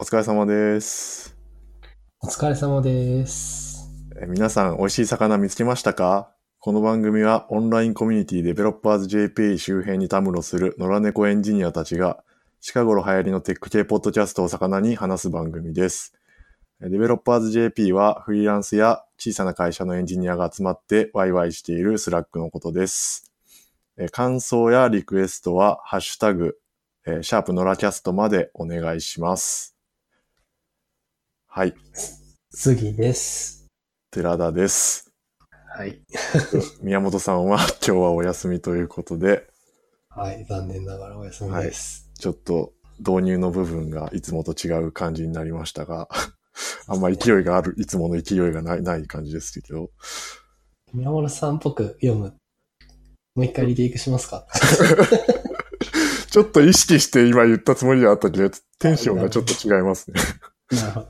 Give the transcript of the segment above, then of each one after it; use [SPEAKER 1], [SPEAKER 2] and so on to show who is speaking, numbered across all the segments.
[SPEAKER 1] お疲れ様です。
[SPEAKER 2] お疲れ様です。
[SPEAKER 1] えー皆さん、美味しい魚見つけましたかこの番組はオンラインコミュニティデベロッパーズ JP 周辺にたむろする野良猫エンジニアたちが近頃流行りのテック系ポッドキャストを魚に話す番組です。えーデベロッパーズ JP はフリーランスや小さな会社のエンジニアが集まってワイワイしているスラックのことです。えー感想やリクエストはハッシュタグ、えーシャープ野良キャストまでお願いします。はい、
[SPEAKER 2] 杉です。
[SPEAKER 1] 寺田です。
[SPEAKER 2] はい。
[SPEAKER 1] 宮本さんは 今日はお休みということで、
[SPEAKER 2] はい、残念ながらお休みです。
[SPEAKER 1] ちょっと導入の部分がいつもと違う感じになりましたが、 あんま勢いがある、いつもの勢いがないない感じですけど、
[SPEAKER 2] 宮本さんっぽく読む。もう一回リテイクしますか
[SPEAKER 1] ちょっと意識して今言ったつもりではあったけど、テンションがちょっと違いますね。
[SPEAKER 2] なるほど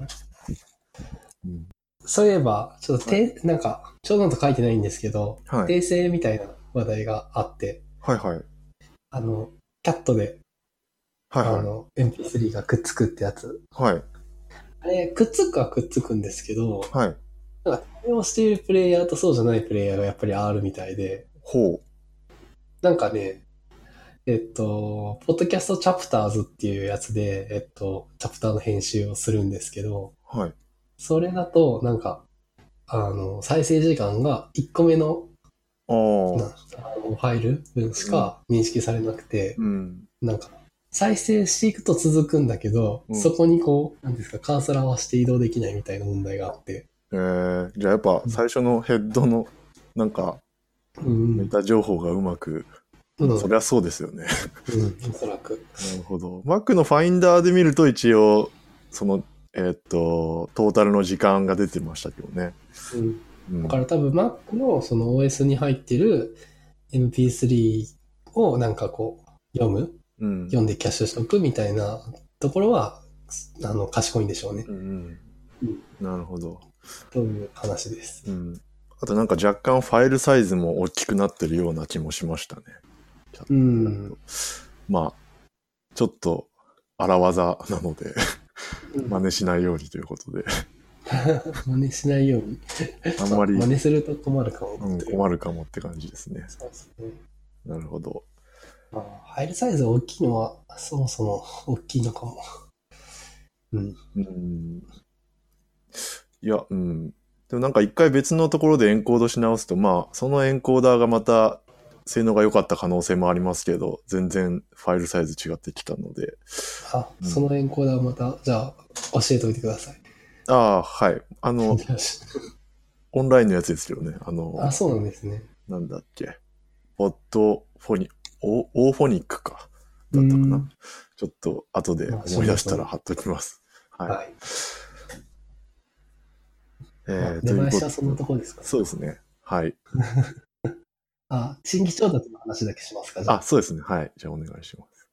[SPEAKER 1] うん。
[SPEAKER 2] そういえば、ちょっとて、なんか、ちょうどと書いてないんですけど、
[SPEAKER 1] はい。
[SPEAKER 2] 訂正みたいな話題があって、
[SPEAKER 1] はいはい。
[SPEAKER 2] あの、キャットで、
[SPEAKER 1] はい
[SPEAKER 2] あ
[SPEAKER 1] は
[SPEAKER 2] の、MP3 がくっつくってやつ。
[SPEAKER 1] い。はい。
[SPEAKER 2] あれ、くっつくはくっつくんですけど、
[SPEAKER 1] はい。
[SPEAKER 2] 対応しているプレイヤーとそうじゃないプレイヤーがやっぱりあるみたいで、
[SPEAKER 1] ほう。
[SPEAKER 2] なんかね、えっと、ポッドキャストチャプターズっていうやつで、えっと、チャプターの編集をするんですけど、
[SPEAKER 1] はい。
[SPEAKER 2] それだと、なんか、あの、再生時間が1個目の
[SPEAKER 1] ああ。
[SPEAKER 2] なあのファイル分しか認識されなくて、
[SPEAKER 1] うん。
[SPEAKER 2] なんか、再生していくと続くんだけど、
[SPEAKER 1] うん
[SPEAKER 2] そこにこう、なんですか、カーソラをして移動できないみたいな問題があって、
[SPEAKER 1] えー、じゃあやっぱ最初のヘッドのなんか
[SPEAKER 2] うん、う
[SPEAKER 1] メ
[SPEAKER 2] ん、
[SPEAKER 1] タ情報がうまく、
[SPEAKER 2] うん、
[SPEAKER 1] そりゃそうですよね。
[SPEAKER 2] おそらく。
[SPEAKER 1] なるほど。Mac のファインダーで見ると一応、その、えーっと、トータルの時間が出てましたけどね。
[SPEAKER 2] うん
[SPEAKER 1] うん
[SPEAKER 2] だから多分 Mac のその OS に入ってる MP3 をなんかこう読む、
[SPEAKER 1] うん
[SPEAKER 2] 読んでキャッシュしておくみたいなところは、あの、賢いんでしょうね。
[SPEAKER 1] うん
[SPEAKER 2] うん
[SPEAKER 1] なるほど。
[SPEAKER 2] という話です。
[SPEAKER 1] うん。あとなんか若干ファイルサイズも大きくなってるような気もしましたね。
[SPEAKER 2] うん。
[SPEAKER 1] まあ、ちょっと荒技なので、 真
[SPEAKER 2] ま
[SPEAKER 1] 似しないようにということで、
[SPEAKER 2] 真似しないように。
[SPEAKER 1] あんまり、
[SPEAKER 2] 真似すると困るかも。
[SPEAKER 1] うん、困るかもって感じですね。
[SPEAKER 2] そうですね。
[SPEAKER 1] なるほど。
[SPEAKER 2] まあ、ファイルサイズ大きいのは、そもそも大きいのかも。うん。
[SPEAKER 1] うんいや、うん。でもなんか一回別のところでエンコードし直すと、まあ、そのエンコーダーがまた性能が良かった可能性もありますけど、全然ファイルサイズ違ってきたので。
[SPEAKER 2] あ、
[SPEAKER 1] うん
[SPEAKER 2] そのエンコーダーまた、じゃあ、教えておいてください。
[SPEAKER 1] ああ、はい。あ の、オンラインのやつですけどね。あの、
[SPEAKER 2] あ、そうなんですね。
[SPEAKER 1] なんだっけ。ポッドフォニ、オオーフォニックか。だったか
[SPEAKER 2] う。
[SPEAKER 1] なんちょっと後で思い出したら貼っときます。はい。
[SPEAKER 2] はい。
[SPEAKER 1] えー、と
[SPEAKER 2] 出
[SPEAKER 1] いう
[SPEAKER 2] 囃
[SPEAKER 1] こ
[SPEAKER 2] 子はそんな
[SPEAKER 1] と
[SPEAKER 2] とこですか
[SPEAKER 1] そうですね。はい。
[SPEAKER 2] あ、新規調達の話だけしますかじゃあ
[SPEAKER 1] あ、そうですね。はい。じゃあお願いします。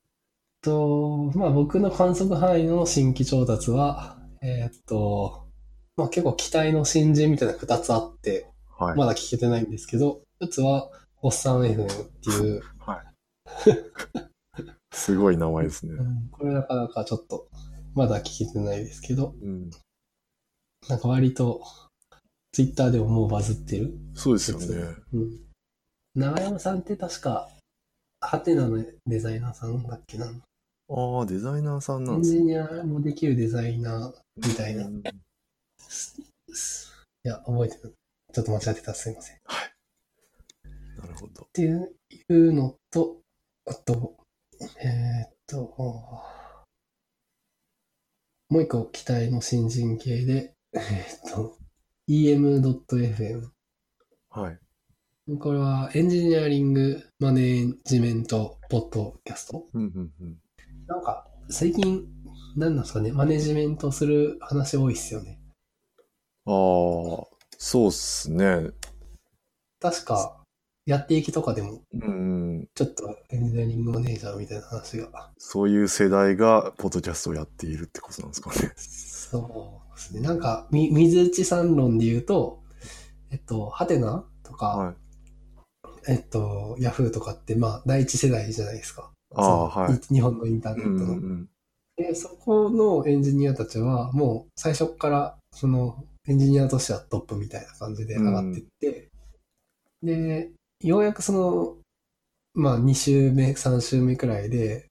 [SPEAKER 2] えっと、まあ僕の観測範囲の新規調達は、えーっと、まあ結構期待の新人みたいな2つあって、
[SPEAKER 1] はい。
[SPEAKER 2] まだ聞けてないんですけど、1つは、おっさん FM っていう、
[SPEAKER 1] すごい名前ですね
[SPEAKER 2] う。んこれなかなかちょっと、まだ聞けてないですけど、
[SPEAKER 1] うん、
[SPEAKER 2] なんか割と、ツイッターでももうバズってる。
[SPEAKER 1] そうですよね。
[SPEAKER 2] うん。長山さんって確か、ハテナのデザイナーさんだっけな。
[SPEAKER 1] ああ、デザイナーさんな
[SPEAKER 2] エ
[SPEAKER 1] ん
[SPEAKER 2] ン
[SPEAKER 1] です
[SPEAKER 2] ジ
[SPEAKER 1] ね。
[SPEAKER 2] ニアもできるデザイナーみたいな。
[SPEAKER 1] う
[SPEAKER 2] い
[SPEAKER 1] ん
[SPEAKER 2] や、覚えてる。ちょっと間違ってた。すいません。っ
[SPEAKER 1] なるほど。
[SPEAKER 2] ていういうのと、あと、えーっと、もう一個期待の新人系で、えーっと、em.fm。
[SPEAKER 1] はい。
[SPEAKER 2] これはエンジニアリングマネージメントポッドキャスト。
[SPEAKER 1] うんうんうん。
[SPEAKER 2] なんか、最近、何なんですかね、マネジメントする話多いっすよね。
[SPEAKER 1] ああ、そうっすね。
[SPEAKER 2] 確か、やっていきとかでも
[SPEAKER 1] うん。
[SPEAKER 2] ちょっとエンジニアリングマネージャーみたいな話が。
[SPEAKER 1] そういう世代が、ポッドキャストをやっているってことなんですかね。
[SPEAKER 2] そうですね。なんか、み水内三論で言うと、えっと、ハテナとか、
[SPEAKER 1] はい。
[SPEAKER 2] えっと、ヤフーとかって、まあ、第一世代じゃないですか。
[SPEAKER 1] ああ、
[SPEAKER 2] その
[SPEAKER 1] はい。
[SPEAKER 2] い日本のインターネ
[SPEAKER 1] うん
[SPEAKER 2] ット
[SPEAKER 1] う
[SPEAKER 2] の。
[SPEAKER 1] ん
[SPEAKER 2] で、そこのエンジニアたちは、もう最初から、その、エンジニアとしてはトップみたいな感じで上がっていって、で、ようやくその、まあ、2週目、3週目くらいで、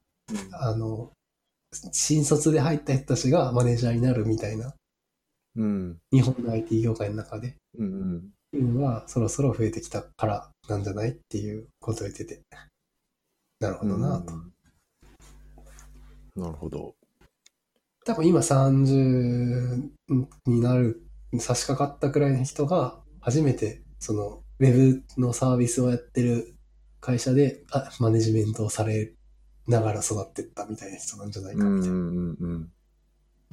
[SPEAKER 2] あの、新卒で入った人たちがマネージャーになるみたいな、
[SPEAKER 1] うん。
[SPEAKER 2] 日本の IT 業界の中で、
[SPEAKER 1] うん。うん。
[SPEAKER 2] っていうのがそろそろ増えてきたからなんじゃないっていうことを言ってて。なるほ
[SPEAKER 1] う
[SPEAKER 2] ど
[SPEAKER 1] ん。
[SPEAKER 2] なと。
[SPEAKER 1] なるほど。
[SPEAKER 2] 多分今30になる、差し掛かったくらいの人が、初めてそのウェブのサービスをやってる会社で、あ、マネジメントをされながら育ってったみたいな人なんじゃないか
[SPEAKER 1] うん
[SPEAKER 2] み
[SPEAKER 1] う
[SPEAKER 2] たいなっ
[SPEAKER 1] んうんうん。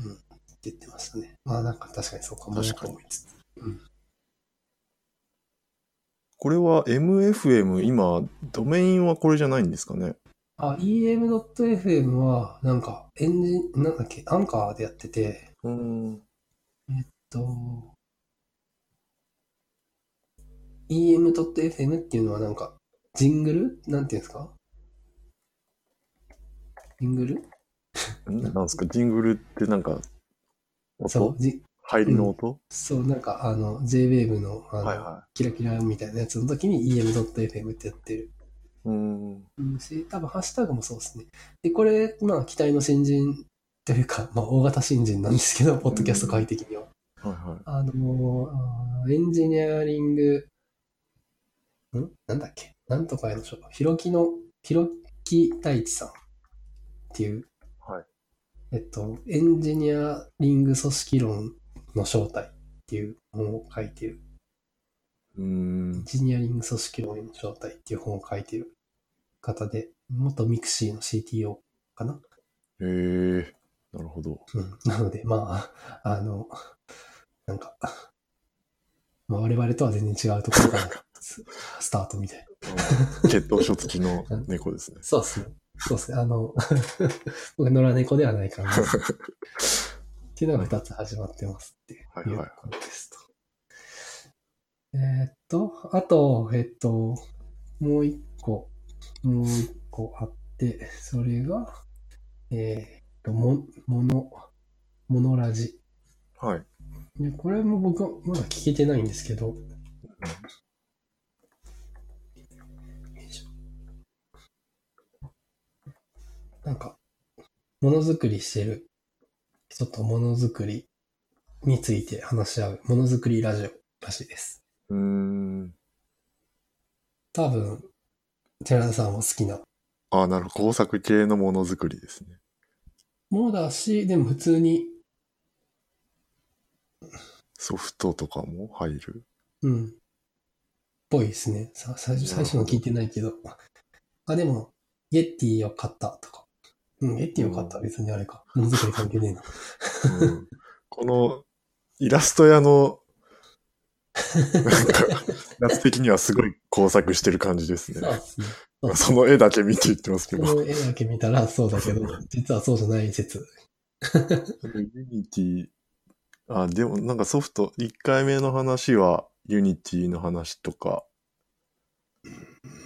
[SPEAKER 2] て言ってましたね。まあなんか確かにそうかもな
[SPEAKER 1] 確か
[SPEAKER 2] と
[SPEAKER 1] に
[SPEAKER 2] 思いつつ。
[SPEAKER 1] これは MFM、今、ドメインはこれじゃないんですかね。
[SPEAKER 2] あ、em.fm はなんかエンジン、なんだっけ、アンカーでやってて、
[SPEAKER 1] うん。
[SPEAKER 2] と、em.fm っていうのはなんか、ジングルなんていうんですかジングル
[SPEAKER 1] なんですか、ジングルってなんか、
[SPEAKER 2] そ
[SPEAKER 1] 音
[SPEAKER 2] う、じ
[SPEAKER 1] 入りの音、
[SPEAKER 2] そう、なんかあの、JWAVE のあの、
[SPEAKER 1] はいは
[SPEAKER 2] キラキラみたいなやつの時に em.fm ってやってる。
[SPEAKER 1] い。うん。
[SPEAKER 2] うん、し、多分ハッシュタグもそうですね。で、これ、まあ、期待の新人というか、まあ、大型新人なんですけど、ポッドキャスト界的には。
[SPEAKER 1] はいは
[SPEAKER 2] あのあーエンジニアリング、んなんだっけなんとかやのしょひろきの、ひろき大地さんっていう、
[SPEAKER 1] はい
[SPEAKER 2] えっと、エンジニアリング組織論の正体っていう本を書いてる。
[SPEAKER 1] い。う
[SPEAKER 2] エン
[SPEAKER 1] ん。
[SPEAKER 2] ジニアリング組織論の正体っていう本を書いてる方で、元ミクシーの CTO かな
[SPEAKER 1] へえ、なるほ ど。
[SPEAKER 2] うんなので、まあ、あの、なんか、まあ、我々とは全然違うところからススタートみたいな。
[SPEAKER 1] 血統書付きの猫ですね。
[SPEAKER 2] そうですね。そうですね。あの、 僕、野良猫ではない感じです。っていうのが2つ始まってますっていう
[SPEAKER 1] はいはい
[SPEAKER 2] ことですと。えーっと、あと、えっと、もう1個、もう1個あって、それが、えーっと、も、もの、ものラジ。
[SPEAKER 1] はい。
[SPEAKER 2] で、これも僕はまだ聞けてないんですけど。よいしょなんか、ものづくりしてる人とものづくりについて話し合うものづくりラジオらしいです。
[SPEAKER 1] うーん。
[SPEAKER 2] 多分、寺田さんも好きな
[SPEAKER 1] あなるほど。工作系のものづくりですね。
[SPEAKER 2] もだし、でも普通に、
[SPEAKER 1] ソフトとかも入る。
[SPEAKER 2] うん、ぽいですね。さ最初、最初の聞いてないけど。あ、でも、ゲッティを買ったとか。うん、ゲッティを買った。別にあれか。ものづくり関係ねえな。
[SPEAKER 1] うん、この、イラスト屋の、なん か、夏的にはすごい工作してる感じですね
[SPEAKER 2] そう。ですね。
[SPEAKER 1] その絵だけ見て言ってますけ
[SPEAKER 2] こ
[SPEAKER 1] ど。
[SPEAKER 2] の絵だけ見たらそうだけ ど、実はそうじゃない説。
[SPEAKER 1] ユニティ、あ、でもなんかソフト、1回目の話はユニティの話とか、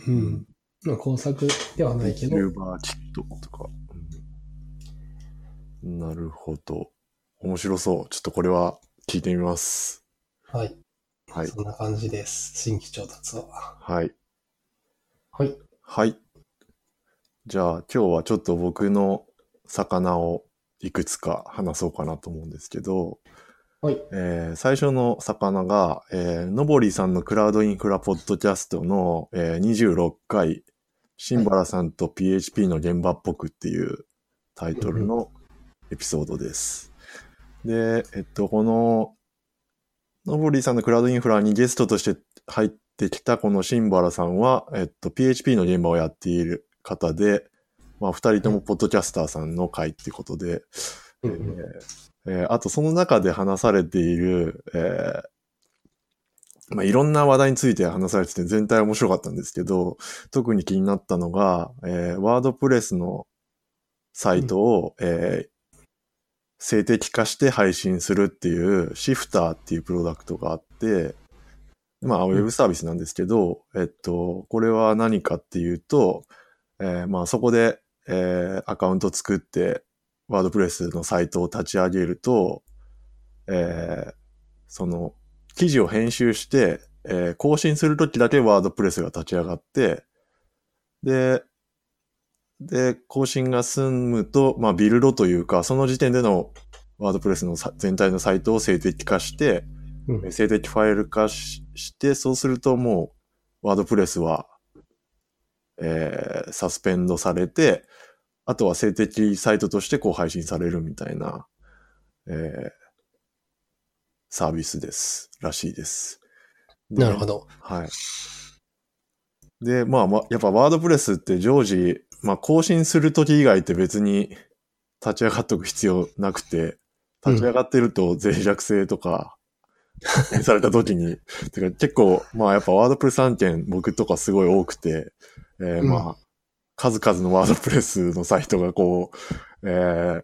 [SPEAKER 2] うん。まあ工作ではないけど、
[SPEAKER 1] ユーバーキットとか。うんなるほど。面白そう。ちょっとこれは聞いてみます。
[SPEAKER 2] はい。
[SPEAKER 1] はい。
[SPEAKER 2] そんな感じです。新規調達は。
[SPEAKER 1] はい。
[SPEAKER 2] はい。
[SPEAKER 1] はい。じゃあ今日はちょっと僕の魚をいくつか話そうかなと思うんですけど、
[SPEAKER 2] はい。
[SPEAKER 1] えー最初の魚が、えーのぼりさんのクラウドインフラポッドキャストの、えー26回、新原さんと PHP の現場っぽくっていうタイトルのエピソードです。で、えっと、この、のぼりさんのクラウドインフラにゲストとして入ってきたこの新原さんは、えっと、PHP の現場をやっている方で、まあ、二人ともポッドキャスターさんの会ってことで、え
[SPEAKER 2] うんうん
[SPEAKER 1] ーえーあとその中で話されている、えーまあ、いろんな話題について話されてて全体面白かったんですけど、特に気になったのが、えーワードプレスのサイトを、えー静的化して配信するっていうシフターっていうプロダクトがあって、まあ、ウ
[SPEAKER 2] ん
[SPEAKER 1] ェブサービスなんですけど、えっと、これは何かっていうと、えーまあ、そこで、えーアカウント作って、ワードプレスのサイトを立ち上げると、えーその、記事を編集して、えー更新するときだけワードプレスが立ち上がって、で、で、更新が済むと、まあ、ビルドというか、その時点でのワードプレスのさ全体のサイトを静的化して、
[SPEAKER 2] うん
[SPEAKER 1] 静的ファイル化しして、そうするともう、ワードプレスは、えーサスペンドされて、あとは静的サイトとしてこう配信されるみたいな、えーサービスです。らしいです。で
[SPEAKER 2] なるほど。
[SPEAKER 1] はい。で、まあ、まやっぱワードプレスって常時、まあ、更新するとき以外って別に立ち上がっとく必要なくて、立ち上がってると脆弱性とか、されたときに、 てか結構、まあやっぱワードプレス案件僕とかすごい多くて、えー
[SPEAKER 2] うん
[SPEAKER 1] まあ、数々のワードプレスのサイトがこう、えー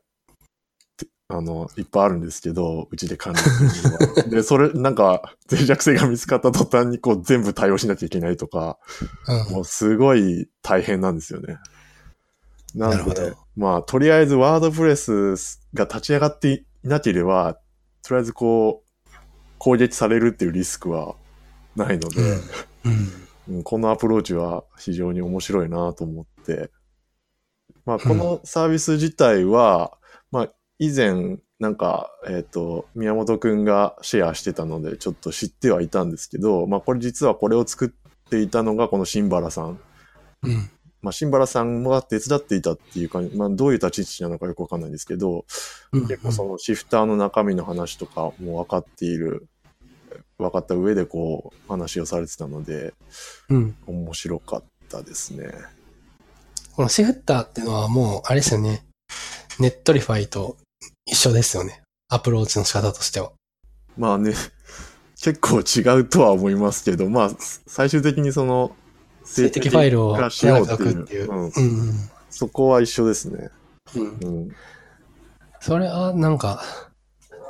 [SPEAKER 1] てあの、いっぱいあるんですけど、うちで管理するのはで、それ、なんか、脆弱性が見つかった途端にこう全部対応しなきゃいけないとか、
[SPEAKER 2] うん
[SPEAKER 1] もうすごい大変なんですよね。な
[SPEAKER 2] なる
[SPEAKER 1] ん
[SPEAKER 2] ほ
[SPEAKER 1] で
[SPEAKER 2] ど、
[SPEAKER 1] まあ、とりあえずワードプレスが立ち上がっていなければ、とりあえずこう、攻撃されるっていうリスクはないので、
[SPEAKER 2] うん。
[SPEAKER 1] うんこのアプローチは非常に面白いなと思って、まあ、このサービス自体は、まあ、以前、なんか、えっ、と、宮本くんがシェアしてたので、ちょっと知ってはいたんですけど、まあ、これ実はこれを作っていたのが、この新原さん
[SPEAKER 2] うん。
[SPEAKER 1] まあ、新原さんが手伝っていたっていうか、まあ、どういう立ち位置なのかよくわかんないんですけど、
[SPEAKER 2] うん
[SPEAKER 1] 結構そのシフターの中身の話とかも分かっている、分かった上でこう話をされてたので、
[SPEAKER 2] うん。
[SPEAKER 1] 面白かったですね。
[SPEAKER 2] このシフターってのはもう、あれですよね。ネットリファイと一緒ですよね。アプローチの仕方としては。
[SPEAKER 1] まあね、結構違うとは思いますけど、まあ、最終的にその、
[SPEAKER 2] 静的ファイルを
[SPEAKER 1] 化しようって
[SPEAKER 2] 長く置くって
[SPEAKER 1] い、
[SPEAKER 2] いうう
[SPEAKER 1] うん、
[SPEAKER 2] うん
[SPEAKER 1] そこは一緒ですね。
[SPEAKER 2] うん。うん。
[SPEAKER 1] うん。
[SPEAKER 2] それは、なんか、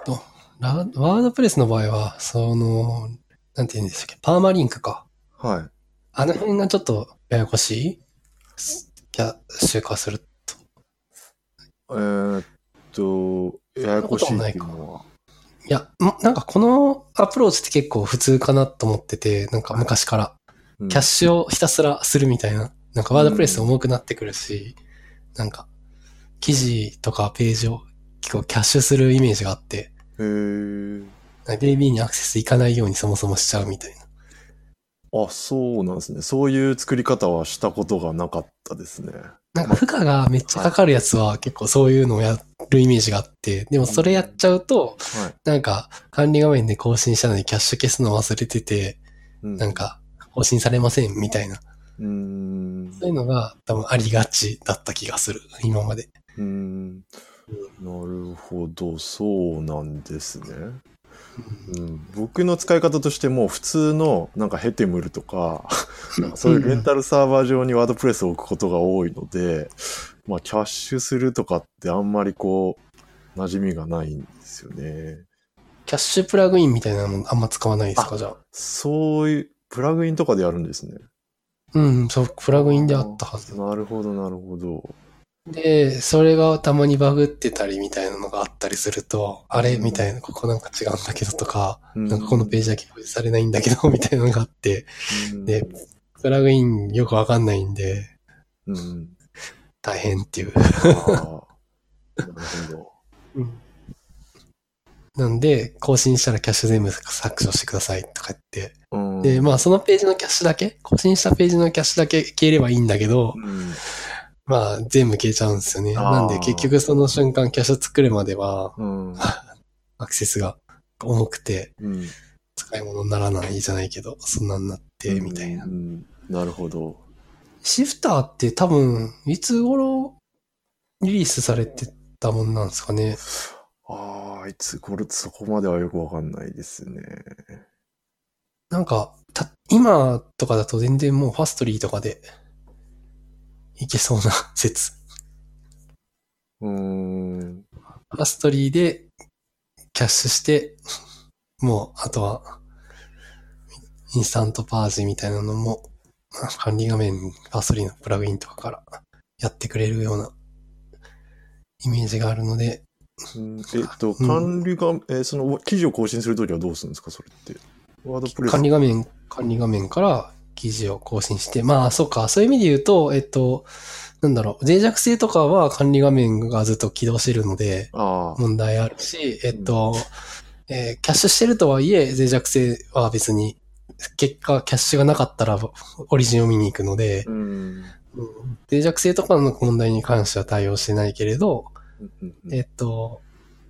[SPEAKER 2] とラワードプレスの場合は、その、なんて言うんでしたっけ、パーマリンクか。
[SPEAKER 1] はい。
[SPEAKER 2] あの辺がちょっとややこしいすキャッシュ化する。
[SPEAKER 1] えーっと、ややこしいっていうのは。
[SPEAKER 2] いや、んなんかこのアプローチって結構普通かなと思ってて、なんか昔から。
[SPEAKER 1] うん
[SPEAKER 2] キャッシュをひたすらするみたいな。なんかワードプレス重くなってくるし、なんか、記事とかページを結構キャッシュするイメージがあって、
[SPEAKER 1] へー。
[SPEAKER 2] なんか DB にアクセスいかないようにそもそもしちゃうみたいな。
[SPEAKER 1] あ、そうなんですね。そういう作り方はしたことがなかったですね。
[SPEAKER 2] なんか負荷がめっちゃかかるやつは結構そういうのをやるイメージがあって、でもそれやっちゃうと、
[SPEAKER 1] はい。
[SPEAKER 2] なんか管理画面で更新したのにキャッシュ消すの忘れてて、
[SPEAKER 1] う
[SPEAKER 2] なん。か更新されませんみたいな。
[SPEAKER 1] うーん。
[SPEAKER 2] そういうのが多分ありがちだった気がする、今まで。
[SPEAKER 1] うーん。なるほど、そうなんですね。うん、僕の使い方としてもう普通のなんかヘテムルとか、なんかそういうレンタルサーバー上にワードプレスを置くことが多いので、まあキャッシュするとかってあんまりこう、馴染みがないんですよね。
[SPEAKER 2] キャッシュプラグインみたいなのもあんま使わないですか、じゃあ。
[SPEAKER 1] そういう、プラグインとかでやるんですね。
[SPEAKER 2] うん、そう、プラグインであったはず。
[SPEAKER 1] なるほど、なるほど。
[SPEAKER 2] で、それがたまにバグってたりみたいなのがあったりすると、あれみたいな、ここなんか違うんだけどとか、なんかこのページだけ表示されないんだけど、みたいなのがあって、
[SPEAKER 1] うん
[SPEAKER 2] で、プラグインよくわかんないんで、
[SPEAKER 1] うん。
[SPEAKER 2] 大変っていう。
[SPEAKER 1] あーなるほど。
[SPEAKER 2] なんで、更新したらキャッシュ全部削除してくださいとか言って。
[SPEAKER 1] うん
[SPEAKER 2] で、まあそのページのキャッシュだけ、更新したページのキャッシュだけ消えればいいんだけど、
[SPEAKER 1] うん
[SPEAKER 2] まあ、全部消えちゃうんですよね。
[SPEAKER 1] あー
[SPEAKER 2] なんで結局その瞬間キャッシュ作るまでは
[SPEAKER 1] うん。
[SPEAKER 2] アクセスが重くて
[SPEAKER 1] うん。
[SPEAKER 2] 使い物にならないじゃないけど、そんなんなってみたいな
[SPEAKER 1] う。ん。なるほど。
[SPEAKER 2] シフターって多分、いつ頃リリースされてたもんなんですかね。
[SPEAKER 1] ああ、いつ頃、そこまではよくわかんないですね。
[SPEAKER 2] なんか、た今とかだと全然もうファストリーとかでいけそうな説。
[SPEAKER 1] うーん。
[SPEAKER 2] ファストリーでキャッシュして、もう、あとは、インスタントパージみたいなのも、管理画面、ファストリーのプラグインとかからやってくれるようなイメージがあるので、
[SPEAKER 1] うんえっと、管理画面、えーその記事を更新するときはどうするんですか、それって。ワードプレス。
[SPEAKER 2] 管理画面、管理画面から記事を更新して、まあ、そうか、そういう意味で言うと、えっと、なんだろう、脆弱性とかは管理画面がずっと起動してるので、
[SPEAKER 1] ああ、
[SPEAKER 2] 問題あるし、えっと、えーキャッシュしてるとはいえ、脆弱性は別に、結果、キャッシュがなかったら、オリジンを見に行くので、
[SPEAKER 1] うん。
[SPEAKER 2] うん脆弱性とかの問題に関しては対応してないけれど、
[SPEAKER 1] うんうんうん
[SPEAKER 2] えっと、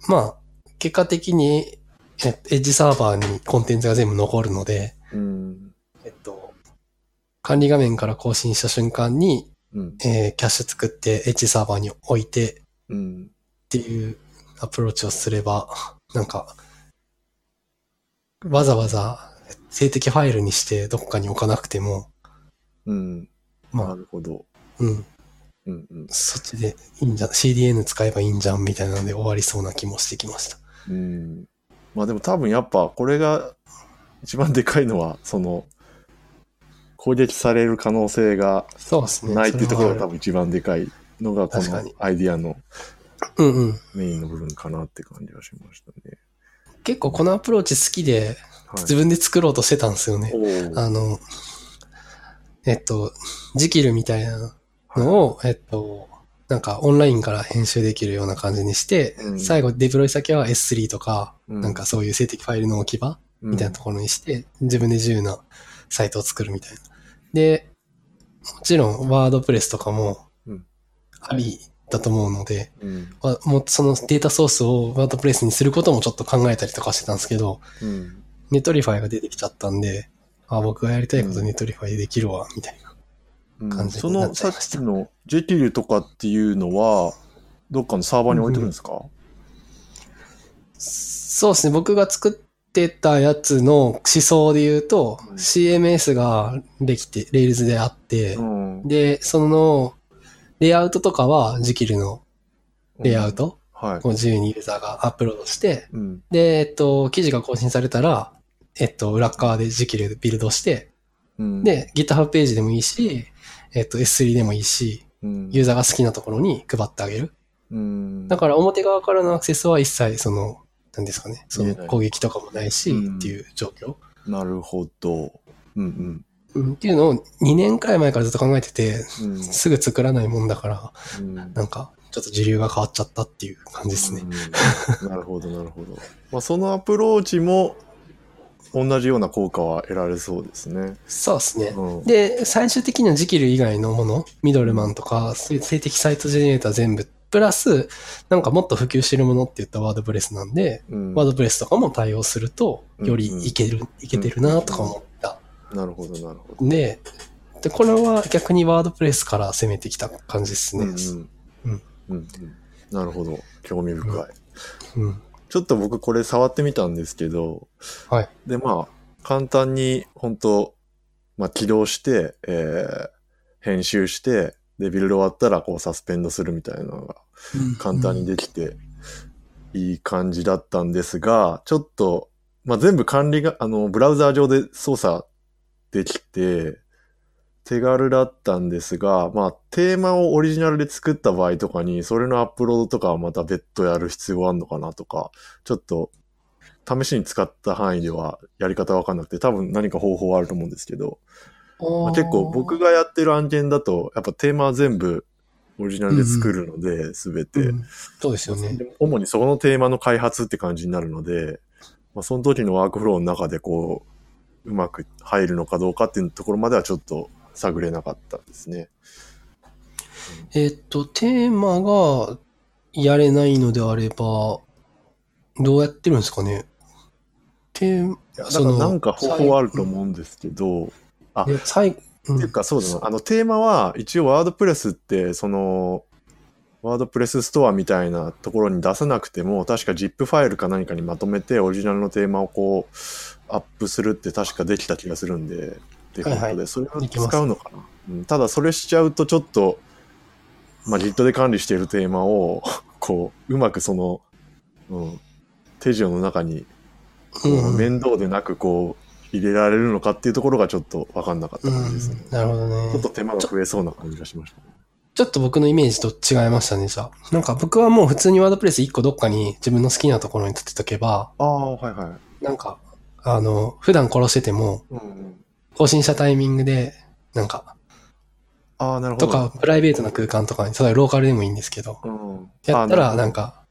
[SPEAKER 2] まあ、結果的に、えエッジサーバーにコンテンツが全部残るので、
[SPEAKER 1] うん。
[SPEAKER 2] えっと、管理画面から更新した瞬間に、
[SPEAKER 1] うん。
[SPEAKER 2] えーキャッシュ作って、エッジサーバーに置いてっ
[SPEAKER 1] うん。
[SPEAKER 2] ていうアプローチをすれば、なんか、わざわざ静的ファイルにしてどっかに置かなくても、
[SPEAKER 1] うん。
[SPEAKER 2] ま
[SPEAKER 1] な
[SPEAKER 2] あ、
[SPEAKER 1] るほど。
[SPEAKER 2] うん、
[SPEAKER 1] うんうん。
[SPEAKER 2] そっちでいいんじゃん、CDN 使えばいいんじゃんみたいなので終わりそうな気もしてきました。
[SPEAKER 1] うん。まあでも多分やっぱこれが一番でかいのは、その、攻撃される可能性が
[SPEAKER 2] そうですね。
[SPEAKER 1] ないっていうところが
[SPEAKER 2] それ
[SPEAKER 1] 多
[SPEAKER 2] は
[SPEAKER 1] 分一番でかいのがこ
[SPEAKER 2] 確か
[SPEAKER 1] の
[SPEAKER 2] に
[SPEAKER 1] アイディアの
[SPEAKER 2] あるうんうん。
[SPEAKER 1] メインの部分かなって感じがしましたね。
[SPEAKER 2] 結構このアプローチ好きで、
[SPEAKER 1] はい
[SPEAKER 2] 自。分で作ろうとしてたんですよね。
[SPEAKER 1] おー
[SPEAKER 2] あの、えっと、ジキルみたいなのを、えっと、なんかオンラインから編集できるような感じにして、
[SPEAKER 1] うん
[SPEAKER 2] 最後デプロイ先は S3 とか、
[SPEAKER 1] う
[SPEAKER 2] なんかそういう静的ファイルの置き場みたいなところにして、自分で自由なサイトを作るみたいな。で、もちろんワードプレスとかも
[SPEAKER 1] うん、
[SPEAKER 2] ありだと思うので、
[SPEAKER 1] うん。
[SPEAKER 2] わもうそのデータソースをワードプレスにすることもちょっと考えたりとかしてたんですけど、
[SPEAKER 1] うん。
[SPEAKER 2] ネトリファイが出てきちゃったんで、あ、僕がやりたいことネトリファイでできるわ、みたいな。
[SPEAKER 1] うん
[SPEAKER 2] 感じ
[SPEAKER 1] そ
[SPEAKER 2] になっ
[SPEAKER 1] の
[SPEAKER 2] ちゃ
[SPEAKER 1] さ
[SPEAKER 2] い
[SPEAKER 1] っ
[SPEAKER 2] ました
[SPEAKER 1] きのジェキルとかっていうのは、どっかのサーバーに置いてるんですか、
[SPEAKER 2] そうですね、僕が作ってたやつの思想で言うと、
[SPEAKER 1] うん
[SPEAKER 2] CMS ができて、Rails であって、
[SPEAKER 1] うん
[SPEAKER 2] で、その、レイアウトとかは、ジキルのレイアウト
[SPEAKER 1] はい。
[SPEAKER 2] を自由にユーザーがアップロードして、
[SPEAKER 1] うん。
[SPEAKER 2] で、えっと、記事が更新されたら、えっと、裏側でジキルでビルドして、
[SPEAKER 1] うん、
[SPEAKER 2] で、GitHub ページでもいいし、えっと、S3 でもいいし、
[SPEAKER 1] うん、
[SPEAKER 2] ユーザーが好きなところに配ってあげる。
[SPEAKER 1] うん、
[SPEAKER 2] だから表側からのアクセスは一切その、なんですかね、そ
[SPEAKER 1] 見え
[SPEAKER 2] の
[SPEAKER 1] ない
[SPEAKER 2] 攻撃とかもないし
[SPEAKER 1] うん
[SPEAKER 2] っていう状況、
[SPEAKER 1] なるほど。うん
[SPEAKER 2] うんっていうのを2年くらい前からずっと考えてて、
[SPEAKER 1] うん。うん
[SPEAKER 2] すぐ作らないもんだから、
[SPEAKER 1] うん
[SPEAKER 2] なんかちょっと時流が変わっちゃったっていう感じですね。
[SPEAKER 1] うんなるほど、なるほど。 まあ、そのアプローチも同じような効果は得られそうですね。
[SPEAKER 2] そうですね。
[SPEAKER 1] うん、
[SPEAKER 2] で、最終的にはジキル以外のもの、ミドルマンとか、そういう性的サイトジェネレーター全部、プラス、なんかもっと普及してるものって言ったワードプレスなんで、
[SPEAKER 1] うん
[SPEAKER 2] ワードプレスとかも対応すると、よりいける、いけてるなとか思った
[SPEAKER 1] なるほど、なるほど。
[SPEAKER 2] で、で、これは逆にワードプレスから攻めてきた感じですね。
[SPEAKER 1] うん
[SPEAKER 2] うん
[SPEAKER 1] うんうんなるほど。興味深い。
[SPEAKER 2] うん。
[SPEAKER 1] ちょっと僕これ触ってみたんですけど、
[SPEAKER 2] はい
[SPEAKER 1] で、まあ、簡単に本当、まあ、起動して、えー編集して、で、ビルド終わったら、こう、サスペンドするみたいなのが簡単にできて、いい感じだったんですが、ちょっと、まあ、全部管理が、あの、ブラウザー上で操作できて、手軽だったんですが、まあ、テーマをオリジナルで作った場合とかに、それのアップロードとかはまた別途やる必要あるのかなとか、ちょっと、試しに使った範囲ではやり方わかんなくて、多分何か方法はあると思うんですけど、まあ結構僕
[SPEAKER 2] が
[SPEAKER 1] がやってる案件だと、やっぱテーマは全部オリジナルで作るので、すべて。
[SPEAKER 2] そうですよね。
[SPEAKER 1] 主にそこのテーマの開発って感じになるので、まあ、その時のワークフローの中でこう、うまく入るのかどうかっていうところまではちょっと探れなかったですね。
[SPEAKER 2] えっと、テーマがやれないのであれば、どうやってるんですかね。テーマ、
[SPEAKER 1] いやだか
[SPEAKER 2] そ
[SPEAKER 1] ら
[SPEAKER 2] の
[SPEAKER 1] なんか方法はあると思うんですけど、あ
[SPEAKER 2] で最うん
[SPEAKER 1] っていうかそうだな、あのテーマは一応ワードプレスって、その、ワードプレスストアみたいなところに出さなくても、確か ZIP ファイルか何かにまとめてオリジナルのテーマをこう、アップするって確かできた気がするんで、っていうことで、
[SPEAKER 2] はいはい
[SPEAKER 1] それを
[SPEAKER 2] できます
[SPEAKER 1] 使うのかな。うん、ただそれしちゃうとちょっと、まあ、Git で管理しているテーマを、 こう、うまくその、うん、手順の中に、こ
[SPEAKER 2] うんう
[SPEAKER 1] うん面倒でなくこう、入れられるのかっていうところがちょっとわかんなかった
[SPEAKER 2] う
[SPEAKER 1] 感じですね。
[SPEAKER 2] ん、なるほどね。
[SPEAKER 1] ちょっと手間が増えそうな感じがしましたね。
[SPEAKER 2] ちょっと僕のイメージと違いましたね、じゃあ。なんか僕はもう普通にワードプレス1個どっかに自分の好きなところに立てとけば、
[SPEAKER 1] ああ、はいはい。
[SPEAKER 2] なんか、あの、普段殺してても、
[SPEAKER 1] うんうん、
[SPEAKER 2] 更新したタイミングで、なんか、
[SPEAKER 1] ああ、なるほど。
[SPEAKER 2] とか、プライベートな空間とかに、例えばローカルでもいいんですけど、
[SPEAKER 1] うん、
[SPEAKER 2] やったら、なん
[SPEAKER 1] か。
[SPEAKER 2] か、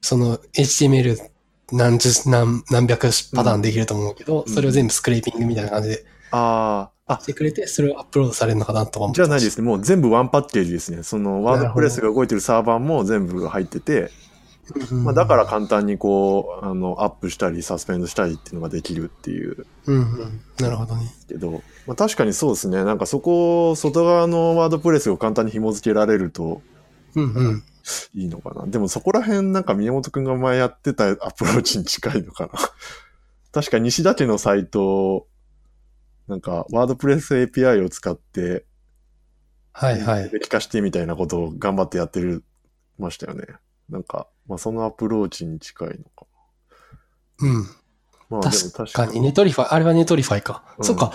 [SPEAKER 2] その HTML 何十、何、何百パターンできると思うけど、
[SPEAKER 1] うん
[SPEAKER 2] それを全部スクレーピングみたいな感じで
[SPEAKER 1] ああ、あ
[SPEAKER 2] し、てくれて、それをアップロードされるのかなとか思って。
[SPEAKER 1] じゃあないですすね。もう全部ワンパッケージですね。そのワードプレスが動いてるサーバーも全部入ってて、
[SPEAKER 2] うん
[SPEAKER 1] まあ、だから、簡単にこう、あの、アップしたり、サスペンドしたりっていうのができるっていう
[SPEAKER 2] うんうん。なるほどね。
[SPEAKER 1] けど、まあ、確かにそうですね。なんかそこを外側のワードプレスを簡単に紐付けられると
[SPEAKER 2] うんうん。
[SPEAKER 1] いいのかな。でもそこら辺なんか宮本くんが前やってたアプローチに近いのかな。 確か西田家のサイト、なんかワードプレス API を使って、
[SPEAKER 2] はいはい。
[SPEAKER 1] でき化してみたいなことを頑張ってやってるましたよね。なんか、まあ、そのアプローチに近いのか。
[SPEAKER 2] うん。
[SPEAKER 1] まあ、でも
[SPEAKER 2] 確かに、ネトリファイ、あれはネトリファイか。
[SPEAKER 1] うん
[SPEAKER 2] そっか、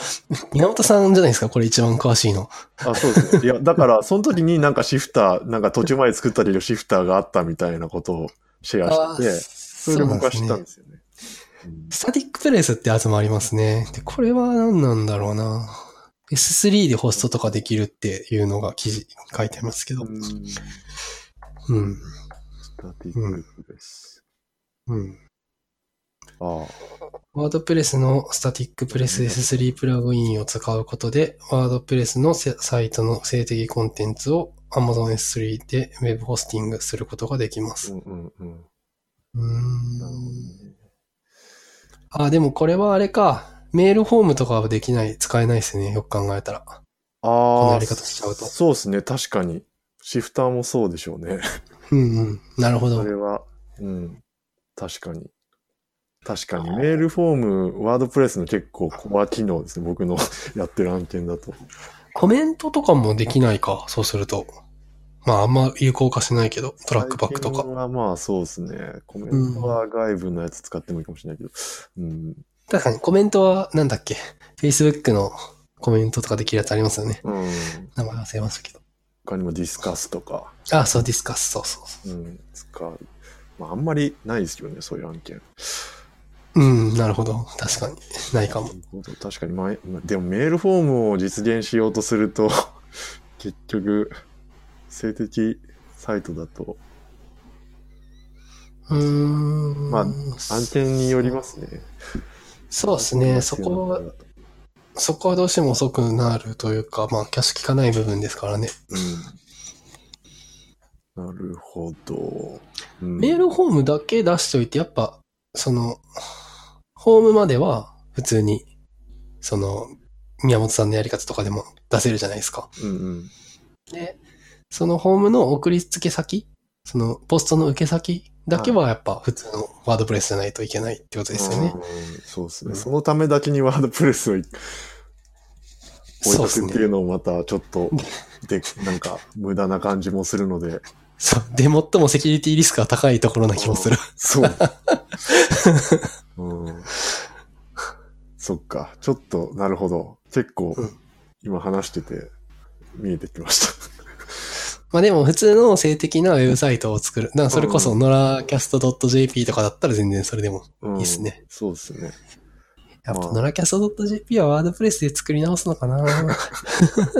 [SPEAKER 2] 宮本さんじゃないですか、これ一番詳しいの。
[SPEAKER 1] あ、そうですね。いや、だから、その時になんかシフター、なんか途中まで作ったけどシフターがあったみたいなことをシェアしてて、そ
[SPEAKER 2] そ
[SPEAKER 1] れで
[SPEAKER 2] うなん
[SPEAKER 1] 僕
[SPEAKER 2] で
[SPEAKER 1] は
[SPEAKER 2] す
[SPEAKER 1] 知ったん
[SPEAKER 2] ね
[SPEAKER 1] で。すよね。うん
[SPEAKER 2] スタティックプレイスってやつもありますね。で、これは何なんだろうな。S3 でホストとかできるっていうのが記事書いてますけど。
[SPEAKER 1] うん
[SPEAKER 2] う
[SPEAKER 1] ス
[SPEAKER 2] ん。
[SPEAKER 1] タティックです。
[SPEAKER 2] うん。
[SPEAKER 1] ああ、
[SPEAKER 2] ワードプレスのスタティックプレス S3 プラグインを使うことで、ワードプレスのせサイトの性的コンテンツを Amazon S3 でウェブホスティングすることができ
[SPEAKER 1] う
[SPEAKER 2] ます。
[SPEAKER 1] んうんうん。
[SPEAKER 2] うー
[SPEAKER 1] なるほど
[SPEAKER 2] ん。
[SPEAKER 1] ね
[SPEAKER 2] あ、でもこれはあれか。メールフォームとかはできない、使えないですね。よく考えたら。この
[SPEAKER 1] あ
[SPEAKER 2] や
[SPEAKER 1] あ、
[SPEAKER 2] り方しちゃうと
[SPEAKER 1] そうですね。確かに。シフターもそうでしょうね。
[SPEAKER 2] うんうん。なるほど
[SPEAKER 1] そ。れは、うん。確かに。確かに。メールフォーム、ワードプレスの結構コア機能ですね。僕の やってる案件だと。
[SPEAKER 2] コメントとかもできないか、そうすると。まあ、あんま有効化しないけど、トラックバックと
[SPEAKER 1] 最
[SPEAKER 2] か。
[SPEAKER 1] 近はまあそうですね。コメントは外部のやつ使ってもいいかもしれないけど。うん。
[SPEAKER 2] 確かにコメントは、なんだっけ、Facebook のコメントとかできるやつありますよね。
[SPEAKER 1] うん。
[SPEAKER 2] 名前忘れましたけど。
[SPEAKER 1] 他にもディスカスとか、
[SPEAKER 2] あ、そう、ディスカス、そうそうそ
[SPEAKER 1] うん、使う。まああんまりないですよね、そういう案件。
[SPEAKER 2] う。うん、なるほど。確かに。ないかも。
[SPEAKER 1] 確かに前、まあでもメールフォームを実現しようとすると、 結局、性的サイトだと、
[SPEAKER 2] うーん。
[SPEAKER 1] まあ案件によりますね。
[SPEAKER 2] そうですね。そこは、そこはどうしても遅くなるというか、まあ、キャッシュ効かない部分ですからね。
[SPEAKER 1] うん。なるほど。うん
[SPEAKER 2] メールフォームだけ出しといて、やっぱ、その、ホームまでは普通に、その、宮本さんのやり方とかでも出せるじゃないですか。
[SPEAKER 1] うんうん。
[SPEAKER 2] で、そのホームの送り付け先、そのポストの受け先だけはやっぱ普通のワードプレスじゃないといけないってことですよね
[SPEAKER 1] う。ん。そうですね、
[SPEAKER 2] うん
[SPEAKER 1] そのためだけにワードプレスを置い
[SPEAKER 2] そう
[SPEAKER 1] と
[SPEAKER 2] です
[SPEAKER 1] くってい
[SPEAKER 2] ね
[SPEAKER 1] う。のもまたちょっと、で、なんか無駄な感じもするので。
[SPEAKER 2] そう。で、最もセキュリティリスクが高いところな気もする。
[SPEAKER 1] そう。うん。そっか。ちょっと、なるほど。結構
[SPEAKER 2] うん、
[SPEAKER 1] 今話してて、見えてきました。
[SPEAKER 2] まあでも普通の性的なウェブサイトを作る。だからそれこそ、ノラキャスト .jp とかだったら全然それでも
[SPEAKER 1] うん、
[SPEAKER 2] いいっすね。
[SPEAKER 1] そうですね。
[SPEAKER 2] やっ
[SPEAKER 1] ま
[SPEAKER 2] ぱ、
[SPEAKER 1] あ
[SPEAKER 2] ノラキャスト .jp はワードプレスで作り直すのかな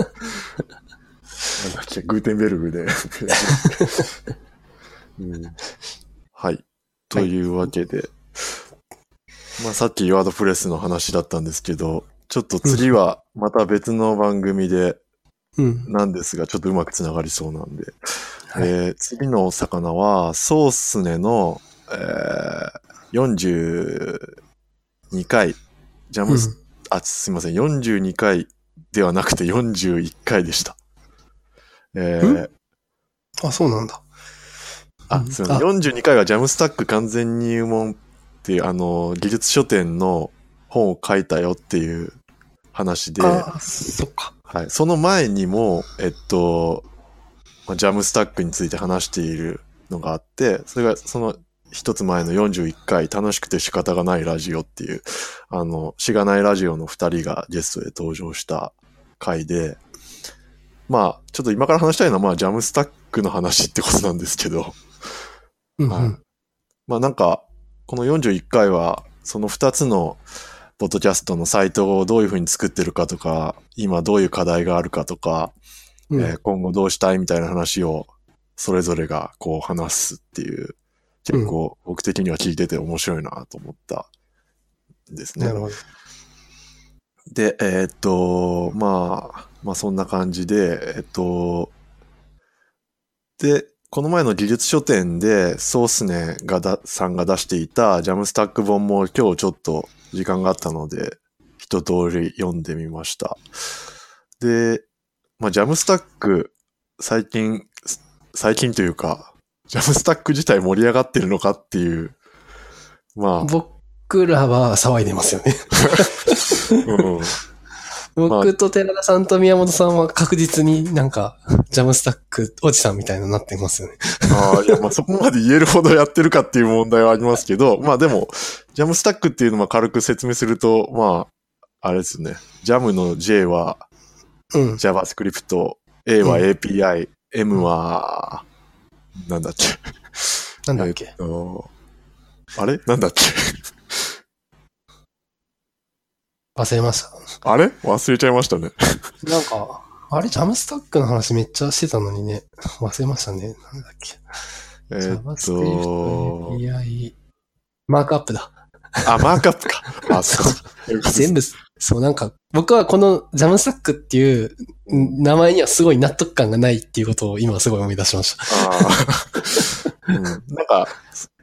[SPEAKER 1] なんだっけ、グーテンベルグ で。うんはい。というわけで、まあさっきワードプレスの話だったんですけど、ちょっと次はまた別の番組で
[SPEAKER 2] うん。
[SPEAKER 1] なんですが、ちょっとうまくつながりそうなんで、
[SPEAKER 2] はい
[SPEAKER 1] えー次のお魚は、ソースネの、えー42回、ジャ
[SPEAKER 2] う
[SPEAKER 1] ム
[SPEAKER 2] ん
[SPEAKER 1] ス、あ、すいません、42回ではなくて41回でした。えー
[SPEAKER 2] あ、そうなんだ。
[SPEAKER 1] あ
[SPEAKER 2] う、ん
[SPEAKER 1] すいま
[SPEAKER 2] あ
[SPEAKER 1] せん。42回はジャムスタック完全入門っていう、あの、技術書店の本を書いたよっていう話で、は
[SPEAKER 2] あ、そっか。
[SPEAKER 1] い。その前にも、えっと、まあジャムスタックについて話しているのがあって、それがその一つ前の41回、楽しくて仕方がないラジオっていう、あの、しがないラジオの二人がゲストで登場した回で、まあ、ちょっと今から話したいのは、まあ、ジャムスタックの話ってことなんですけど、
[SPEAKER 2] うん
[SPEAKER 1] はいまあなんか、この41回は、その2つの、ポッドキャストのサイトをどういうふうに作ってるかとか、今どういう課題があるかとか、
[SPEAKER 2] うん。
[SPEAKER 1] えー今後どうしたいみたいな話をそれぞれがこう話すっていう、結構僕的には聞いてて面白いなと思ったんですね。
[SPEAKER 2] なるほど。
[SPEAKER 1] で、えーっと、まあ、まあそんな感じで、えっと、で、この前の技術書店でソースネがださんが出していたジャムスタック本も今日ちょっと時間があったので一通り読んでみました。で、まあジャムスタック最近、最近というか、ジャムスタック自体盛り上がってるのかっていう、 まあ、
[SPEAKER 2] 僕らは騒いでますよ ね。
[SPEAKER 1] うん、
[SPEAKER 2] 僕と寺田さんと宮本さんは確実になんか、ジャムスタックおじさんみたいになってますよね。
[SPEAKER 1] ああ、いや、まあ、そこまで言えるほどやってるかっていう問題はありますけど、まあでも、ジャムスタックっていうのを軽く説明すると、まあ、あれですね。ジャムの J は
[SPEAKER 2] うん。
[SPEAKER 1] JavaScript、A は
[SPEAKER 2] うん
[SPEAKER 1] API、M は、なんだっけ。
[SPEAKER 2] なんだっけ。
[SPEAKER 1] あのあれなんだっけ
[SPEAKER 2] 忘れました。
[SPEAKER 1] あれ忘れちゃいましたね。
[SPEAKER 2] なんか、あれ、ジャムスタックの話めっちゃしてたのにね、忘れましたね。なんだっけ。
[SPEAKER 1] えーっ
[SPEAKER 2] JavaScript
[SPEAKER 1] と、
[SPEAKER 2] API。マークアップだ。
[SPEAKER 1] あ、マークアップか。あ、そう。
[SPEAKER 2] 全部、そうなんか、僕はこのジャムスタックっていうん名前にはすごい納得感がないっていうことを今すごい思い出しました。
[SPEAKER 1] ああ。うん、なんか、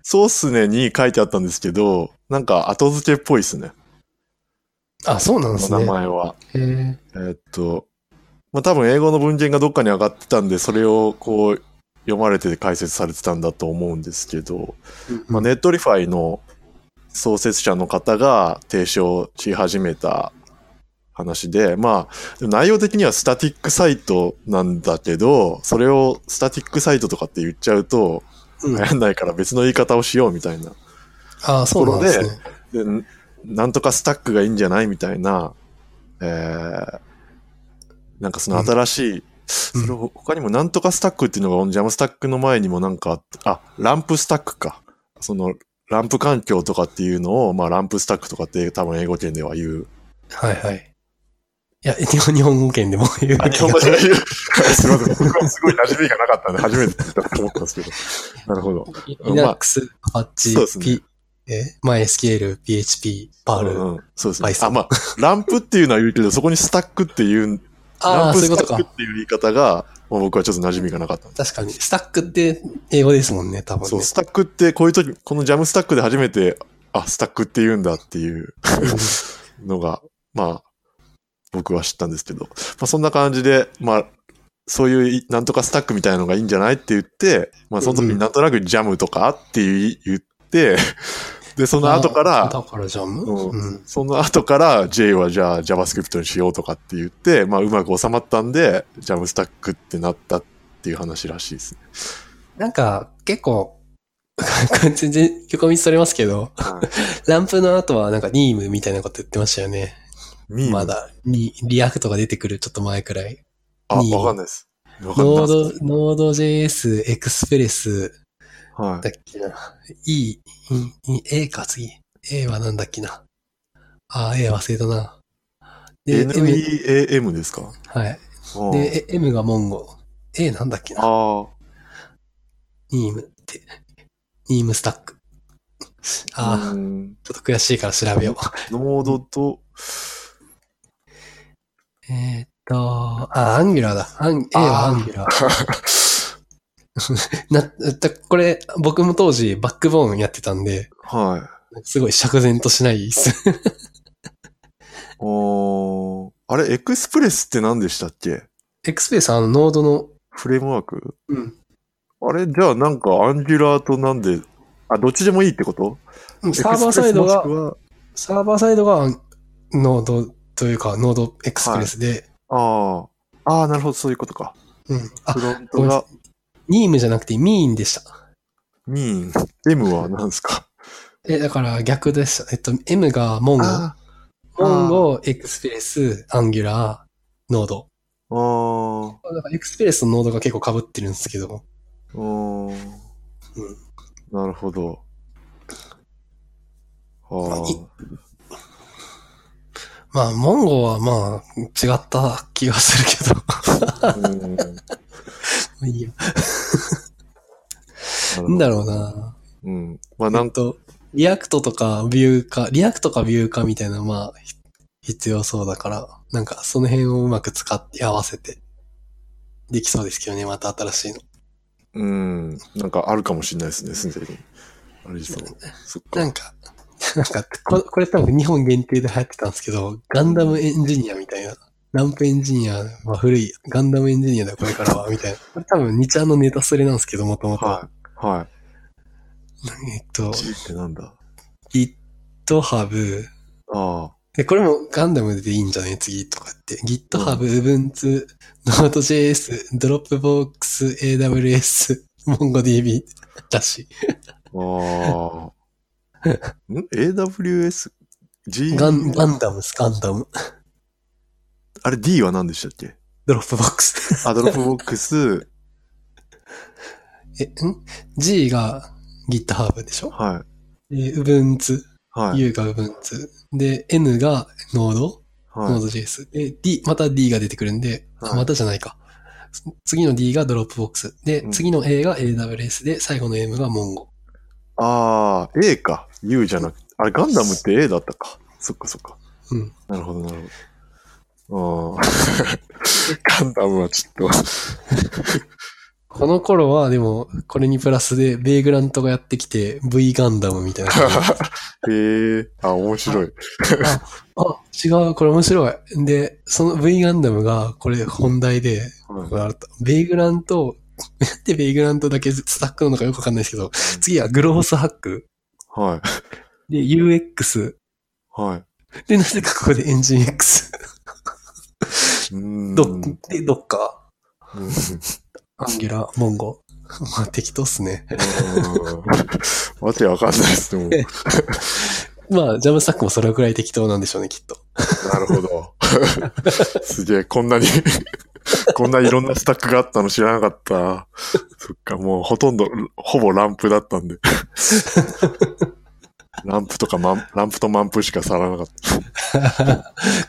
[SPEAKER 1] ソースねに書いてあったんですけど、なんか後付けっぽいですね。
[SPEAKER 2] あ、そうなんです
[SPEAKER 1] 名
[SPEAKER 2] ね。
[SPEAKER 1] 前は。
[SPEAKER 2] へー
[SPEAKER 1] えーっと、まあ多分英語の文献がどっかに上がってたんで、それをこう、読まれて解説されてたんだと思うんですけど、まあ、ネットリファイの創設者の方が提唱し始めた話で、まあ、でも内容的にはスタティックサイトなんだけど、それをスタティックサイトとかって言っちゃうと、
[SPEAKER 2] うん
[SPEAKER 1] 悩んないから別の言い方をしようみたいな。
[SPEAKER 2] あ、そうなんですね。
[SPEAKER 1] で、んなんとかスタックがいいんじゃないみたいな、えー、なんかその新しい、それを他にもなんとかスタックっていうのが、ジャムスタックの前にもなんかあった、あ、ランプスタックか。その、ランプ環境とかっていうのを、まあランプスタックとかって多分英語圏では言う。
[SPEAKER 2] はいはい。いや、日本日本語圏でも言う。
[SPEAKER 1] では言う。すいません。僕はすごい馴染みがなかったんで、初めて聞いたと思ったんですけ ど。なるほど。そ
[SPEAKER 2] Linux、
[SPEAKER 1] うですね
[SPEAKER 2] Apache、P、え MySQL、PHP、Perl。
[SPEAKER 1] うんうんそうですね。
[SPEAKER 2] Python
[SPEAKER 1] あ、まあ、ランプっていうのは言うけど、そこにスタックっていう
[SPEAKER 2] あ
[SPEAKER 1] ラン
[SPEAKER 2] あ、
[SPEAKER 1] プ
[SPEAKER 2] そういう
[SPEAKER 1] ス
[SPEAKER 2] こと
[SPEAKER 1] タック
[SPEAKER 2] か。
[SPEAKER 1] っていう言い方が、もう僕はちょっと馴染みがなかったんで
[SPEAKER 2] 確かに。スタックって英語ですもんね、多分
[SPEAKER 1] そう、
[SPEAKER 2] ね。
[SPEAKER 1] スタックってこういう時、このジャムスタックで初めて、あ、スタックって言うんだっていう のが、まあ、僕は知ったんですけど、まあそんな感じで、まあ、そういうなんとかスタックみたいなのがいいんじゃないって言って、まあその時になんとなくジャムとかっていう言って、で、そ
[SPEAKER 2] そ
[SPEAKER 1] の後から、
[SPEAKER 2] だからジャム
[SPEAKER 1] うん
[SPEAKER 2] うん。
[SPEAKER 1] その後から J はじゃあ JavaScript にしようとかって言って、まあうまく収まったんで、ジャムスタックってなったっていう話らしいですね。
[SPEAKER 2] なんか、結構、全然、曲を見つ取れますけど、
[SPEAKER 1] は
[SPEAKER 2] ランプの後はなんかニームみたいなこと言ってましたよね。
[SPEAKER 1] ミーム
[SPEAKER 2] まだ、にリアクトが出てくるちょっと前くらい。
[SPEAKER 1] あ、
[SPEAKER 2] ミーム
[SPEAKER 1] わかんないです。わかんない
[SPEAKER 2] ノー
[SPEAKER 1] です。
[SPEAKER 2] ド、ノード JS、エクスプレス、
[SPEAKER 1] は
[SPEAKER 2] だっけな。E、E、A か次。A はなんだっけな。あー、A 忘れたな。
[SPEAKER 1] い。
[SPEAKER 2] で、M、
[SPEAKER 1] NEAM ですか
[SPEAKER 2] はい。
[SPEAKER 1] うん
[SPEAKER 2] で、え M がモンゴ。A なんだっけな。
[SPEAKER 1] ああ。
[SPEAKER 2] ニームって。ニームスタック。ああ、
[SPEAKER 1] うん
[SPEAKER 2] ちょっと悔しいから調べよう。
[SPEAKER 1] ノードと、
[SPEAKER 2] えーっと、あ、アンギュラーだ。アン A はアンギュラ ー。な、だこれ、僕も当時バックボーンやってたんで、
[SPEAKER 1] はい。
[SPEAKER 2] すごい釈然としないっす。
[SPEAKER 1] おーあれ、エクスプレスって何でしたっけ
[SPEAKER 2] エクスペースはあの、ノードの、
[SPEAKER 1] フレームワーク
[SPEAKER 2] うん、
[SPEAKER 1] あれ、じゃあなんかアンギュラーとなんで、あ、どっちでもいいってこと
[SPEAKER 2] サーバーサイド
[SPEAKER 1] エ
[SPEAKER 2] が
[SPEAKER 1] クスプレスもし、くは
[SPEAKER 2] サーバーサイドがノードというか、ノードエクスプレスで、
[SPEAKER 1] ああ。ああ、なるほど、そういうことか。
[SPEAKER 2] うん。あ
[SPEAKER 1] フ、ロントが、
[SPEAKER 2] ニームじゃなくてミーンでした。
[SPEAKER 1] ミーン、M は何ですか
[SPEAKER 2] え、だから逆でした。えっと、M がモンゴ。
[SPEAKER 1] あー
[SPEAKER 2] モンゴ、エクスプレス、アンギュラー、ノード。
[SPEAKER 1] あ
[SPEAKER 2] なんかエクスプレスのノードが結構被ってるんですけども。
[SPEAKER 1] あ、うん。
[SPEAKER 2] うん。
[SPEAKER 1] なるほど。
[SPEAKER 2] まあい
[SPEAKER 1] は
[SPEAKER 2] まあ、モンゴーはまあ、違った気がする
[SPEAKER 1] あ。うん。な
[SPEAKER 2] けど。 いいや。
[SPEAKER 1] るほ
[SPEAKER 2] なん
[SPEAKER 1] ど
[SPEAKER 2] だろうな。
[SPEAKER 1] うん。まあ、なん
[SPEAKER 2] えっと、リアクトとかビューか、リアクトかビューかみたいな、まあ、ひ必要そうだから、なんかその辺をうまく使って合わせて、できそうですけどね、また新しいの。
[SPEAKER 1] うん。なんかあるかもしれないですね、すでに。ありそう。そっか。
[SPEAKER 2] なんか、なんか、ここれ多分日本限定で流行ってたんですけど、ガンダムエンジニアみたいな。ランプエンジニアは古い、ガンダムエンジニアだこれからは、みたいな。これ多分2ちゃんのネタそれなんですけど、もともと。
[SPEAKER 1] はい。は
[SPEAKER 2] えっと
[SPEAKER 1] い。、G ってなんだ
[SPEAKER 2] GitHub、
[SPEAKER 1] あ
[SPEAKER 2] で、これもガンダムでいいんじゃない次とかって。GitHub、Ubuntu、Node.js、Dropbox、AWS、MongoDB らしい。
[SPEAKER 1] あ。ああ。 ん ?AWS、G、
[SPEAKER 2] ガン、ガンダムです、ガンダム。
[SPEAKER 1] あれ D は何でしたっけ
[SPEAKER 2] Dropbox。
[SPEAKER 1] あ、ドロップボックス、
[SPEAKER 2] え、ん ?G が GitHub でしょ
[SPEAKER 1] は
[SPEAKER 2] で、Ubuntu、
[SPEAKER 1] い。はい。
[SPEAKER 2] U が Ubuntu。で、N が Node、
[SPEAKER 1] はい。
[SPEAKER 2] Node.js。で、D、また D が出てくるんで、あ
[SPEAKER 1] はい
[SPEAKER 2] またじゃないか。次の D が Dropbox。で
[SPEAKER 1] う、ん
[SPEAKER 2] 次の A が AWS で、最後の M が Mongo。
[SPEAKER 1] ああ、A か。U じゃなくて。あれ、ガンダムって A だったか。そっかそっか。
[SPEAKER 2] うん。
[SPEAKER 1] なるほど、なるほど。ああ。 ガンダムはちょっと。
[SPEAKER 2] この頃は、でも、これにプラスで、ベイグラントがやってきて、V ガンダム みたいな。
[SPEAKER 1] へえ。あ、面白い。
[SPEAKER 2] あ、違う、これ面白い。で、その V ガンダムが、これ本題で、
[SPEAKER 1] うん
[SPEAKER 2] あベイグラント、 なんでベイグラントだけスタックなのかよくわかんないですけど、次はグロースハック、
[SPEAKER 1] はい。
[SPEAKER 2] で、UX、
[SPEAKER 1] はい。
[SPEAKER 2] で、なぜかここでエンジン X、
[SPEAKER 1] うーん
[SPEAKER 2] ド
[SPEAKER 1] うん
[SPEAKER 2] ッ、で、ドッカー、アンギュラー、モンゴ。 まあ、適当っすね。
[SPEAKER 1] うんわけわかんないですね、もうな
[SPEAKER 2] まあ、ジャムスタックもそれくらい適当なんでしょうね、きっと。
[SPEAKER 1] るほど。 すげえ、こんなに、 こんないろんなスタックがあったの知らなかった。そっか、もうほとんど、ほぼランプだったんで。 ランプとかマン、ランプとマンプしか差らなかっ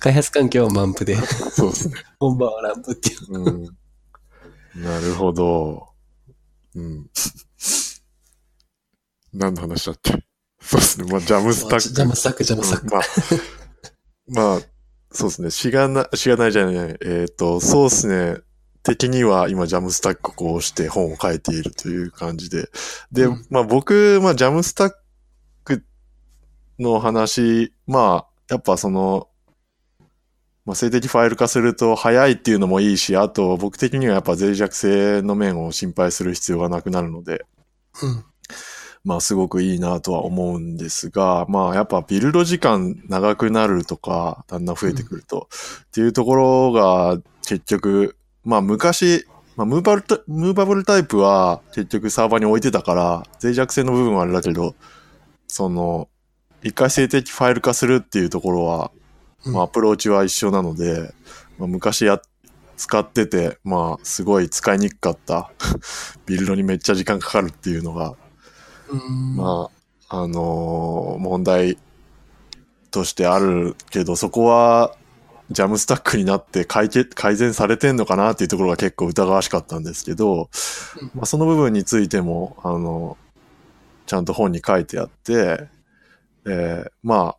[SPEAKER 2] 開発環境は満 腹で、
[SPEAKER 1] た。そうですね。
[SPEAKER 2] 本番はランプっていう。
[SPEAKER 1] うん。なるほど。うん。何の話だって。そうですね。まあ、ジャムスタック。
[SPEAKER 2] ジャムスタック、ジャムスタック。
[SPEAKER 1] うんまあ、まあ、そうですね。しがな、しがないじゃない。えっ、と、そうですね。的には今、ジャムスタックをこうして本を書いているという感じで。で、
[SPEAKER 2] うん
[SPEAKER 1] まあ僕、まあ、ジャムスタックの話、まあ、やっぱその、まあ、性的ファイル化すると早いっていうのもいいし、あと僕的にはやっぱ脆弱性の面を心配する必要がなくなるので、
[SPEAKER 2] うん。
[SPEAKER 1] まあすごくいいなとは思うんですが、まあやっぱビルド時間長くなるとか、だんだん増えてくると、っていうところが結局、まあ昔、まあムーバブルタ、ムーバブルタイプは結局サーバーに置いてたから、脆弱性の部分はあれだけど、その、一回性的ファイル化するっていうところは、
[SPEAKER 2] うん
[SPEAKER 1] まあアプローチは一緒なので、まあ、昔や、使ってて、まあすごい使いにくかった ビルドにめっちゃ時間かかるっていうのが、
[SPEAKER 2] うん
[SPEAKER 1] まあ、あのー問題としてあるけど、そこは、ジャムスタックになって改け改善されてんのかなっていうところが結構疑わしかったんですけど、
[SPEAKER 2] うん
[SPEAKER 1] まあ、その部分についても、あの、ちゃんと本に書いてあって、えーまあ、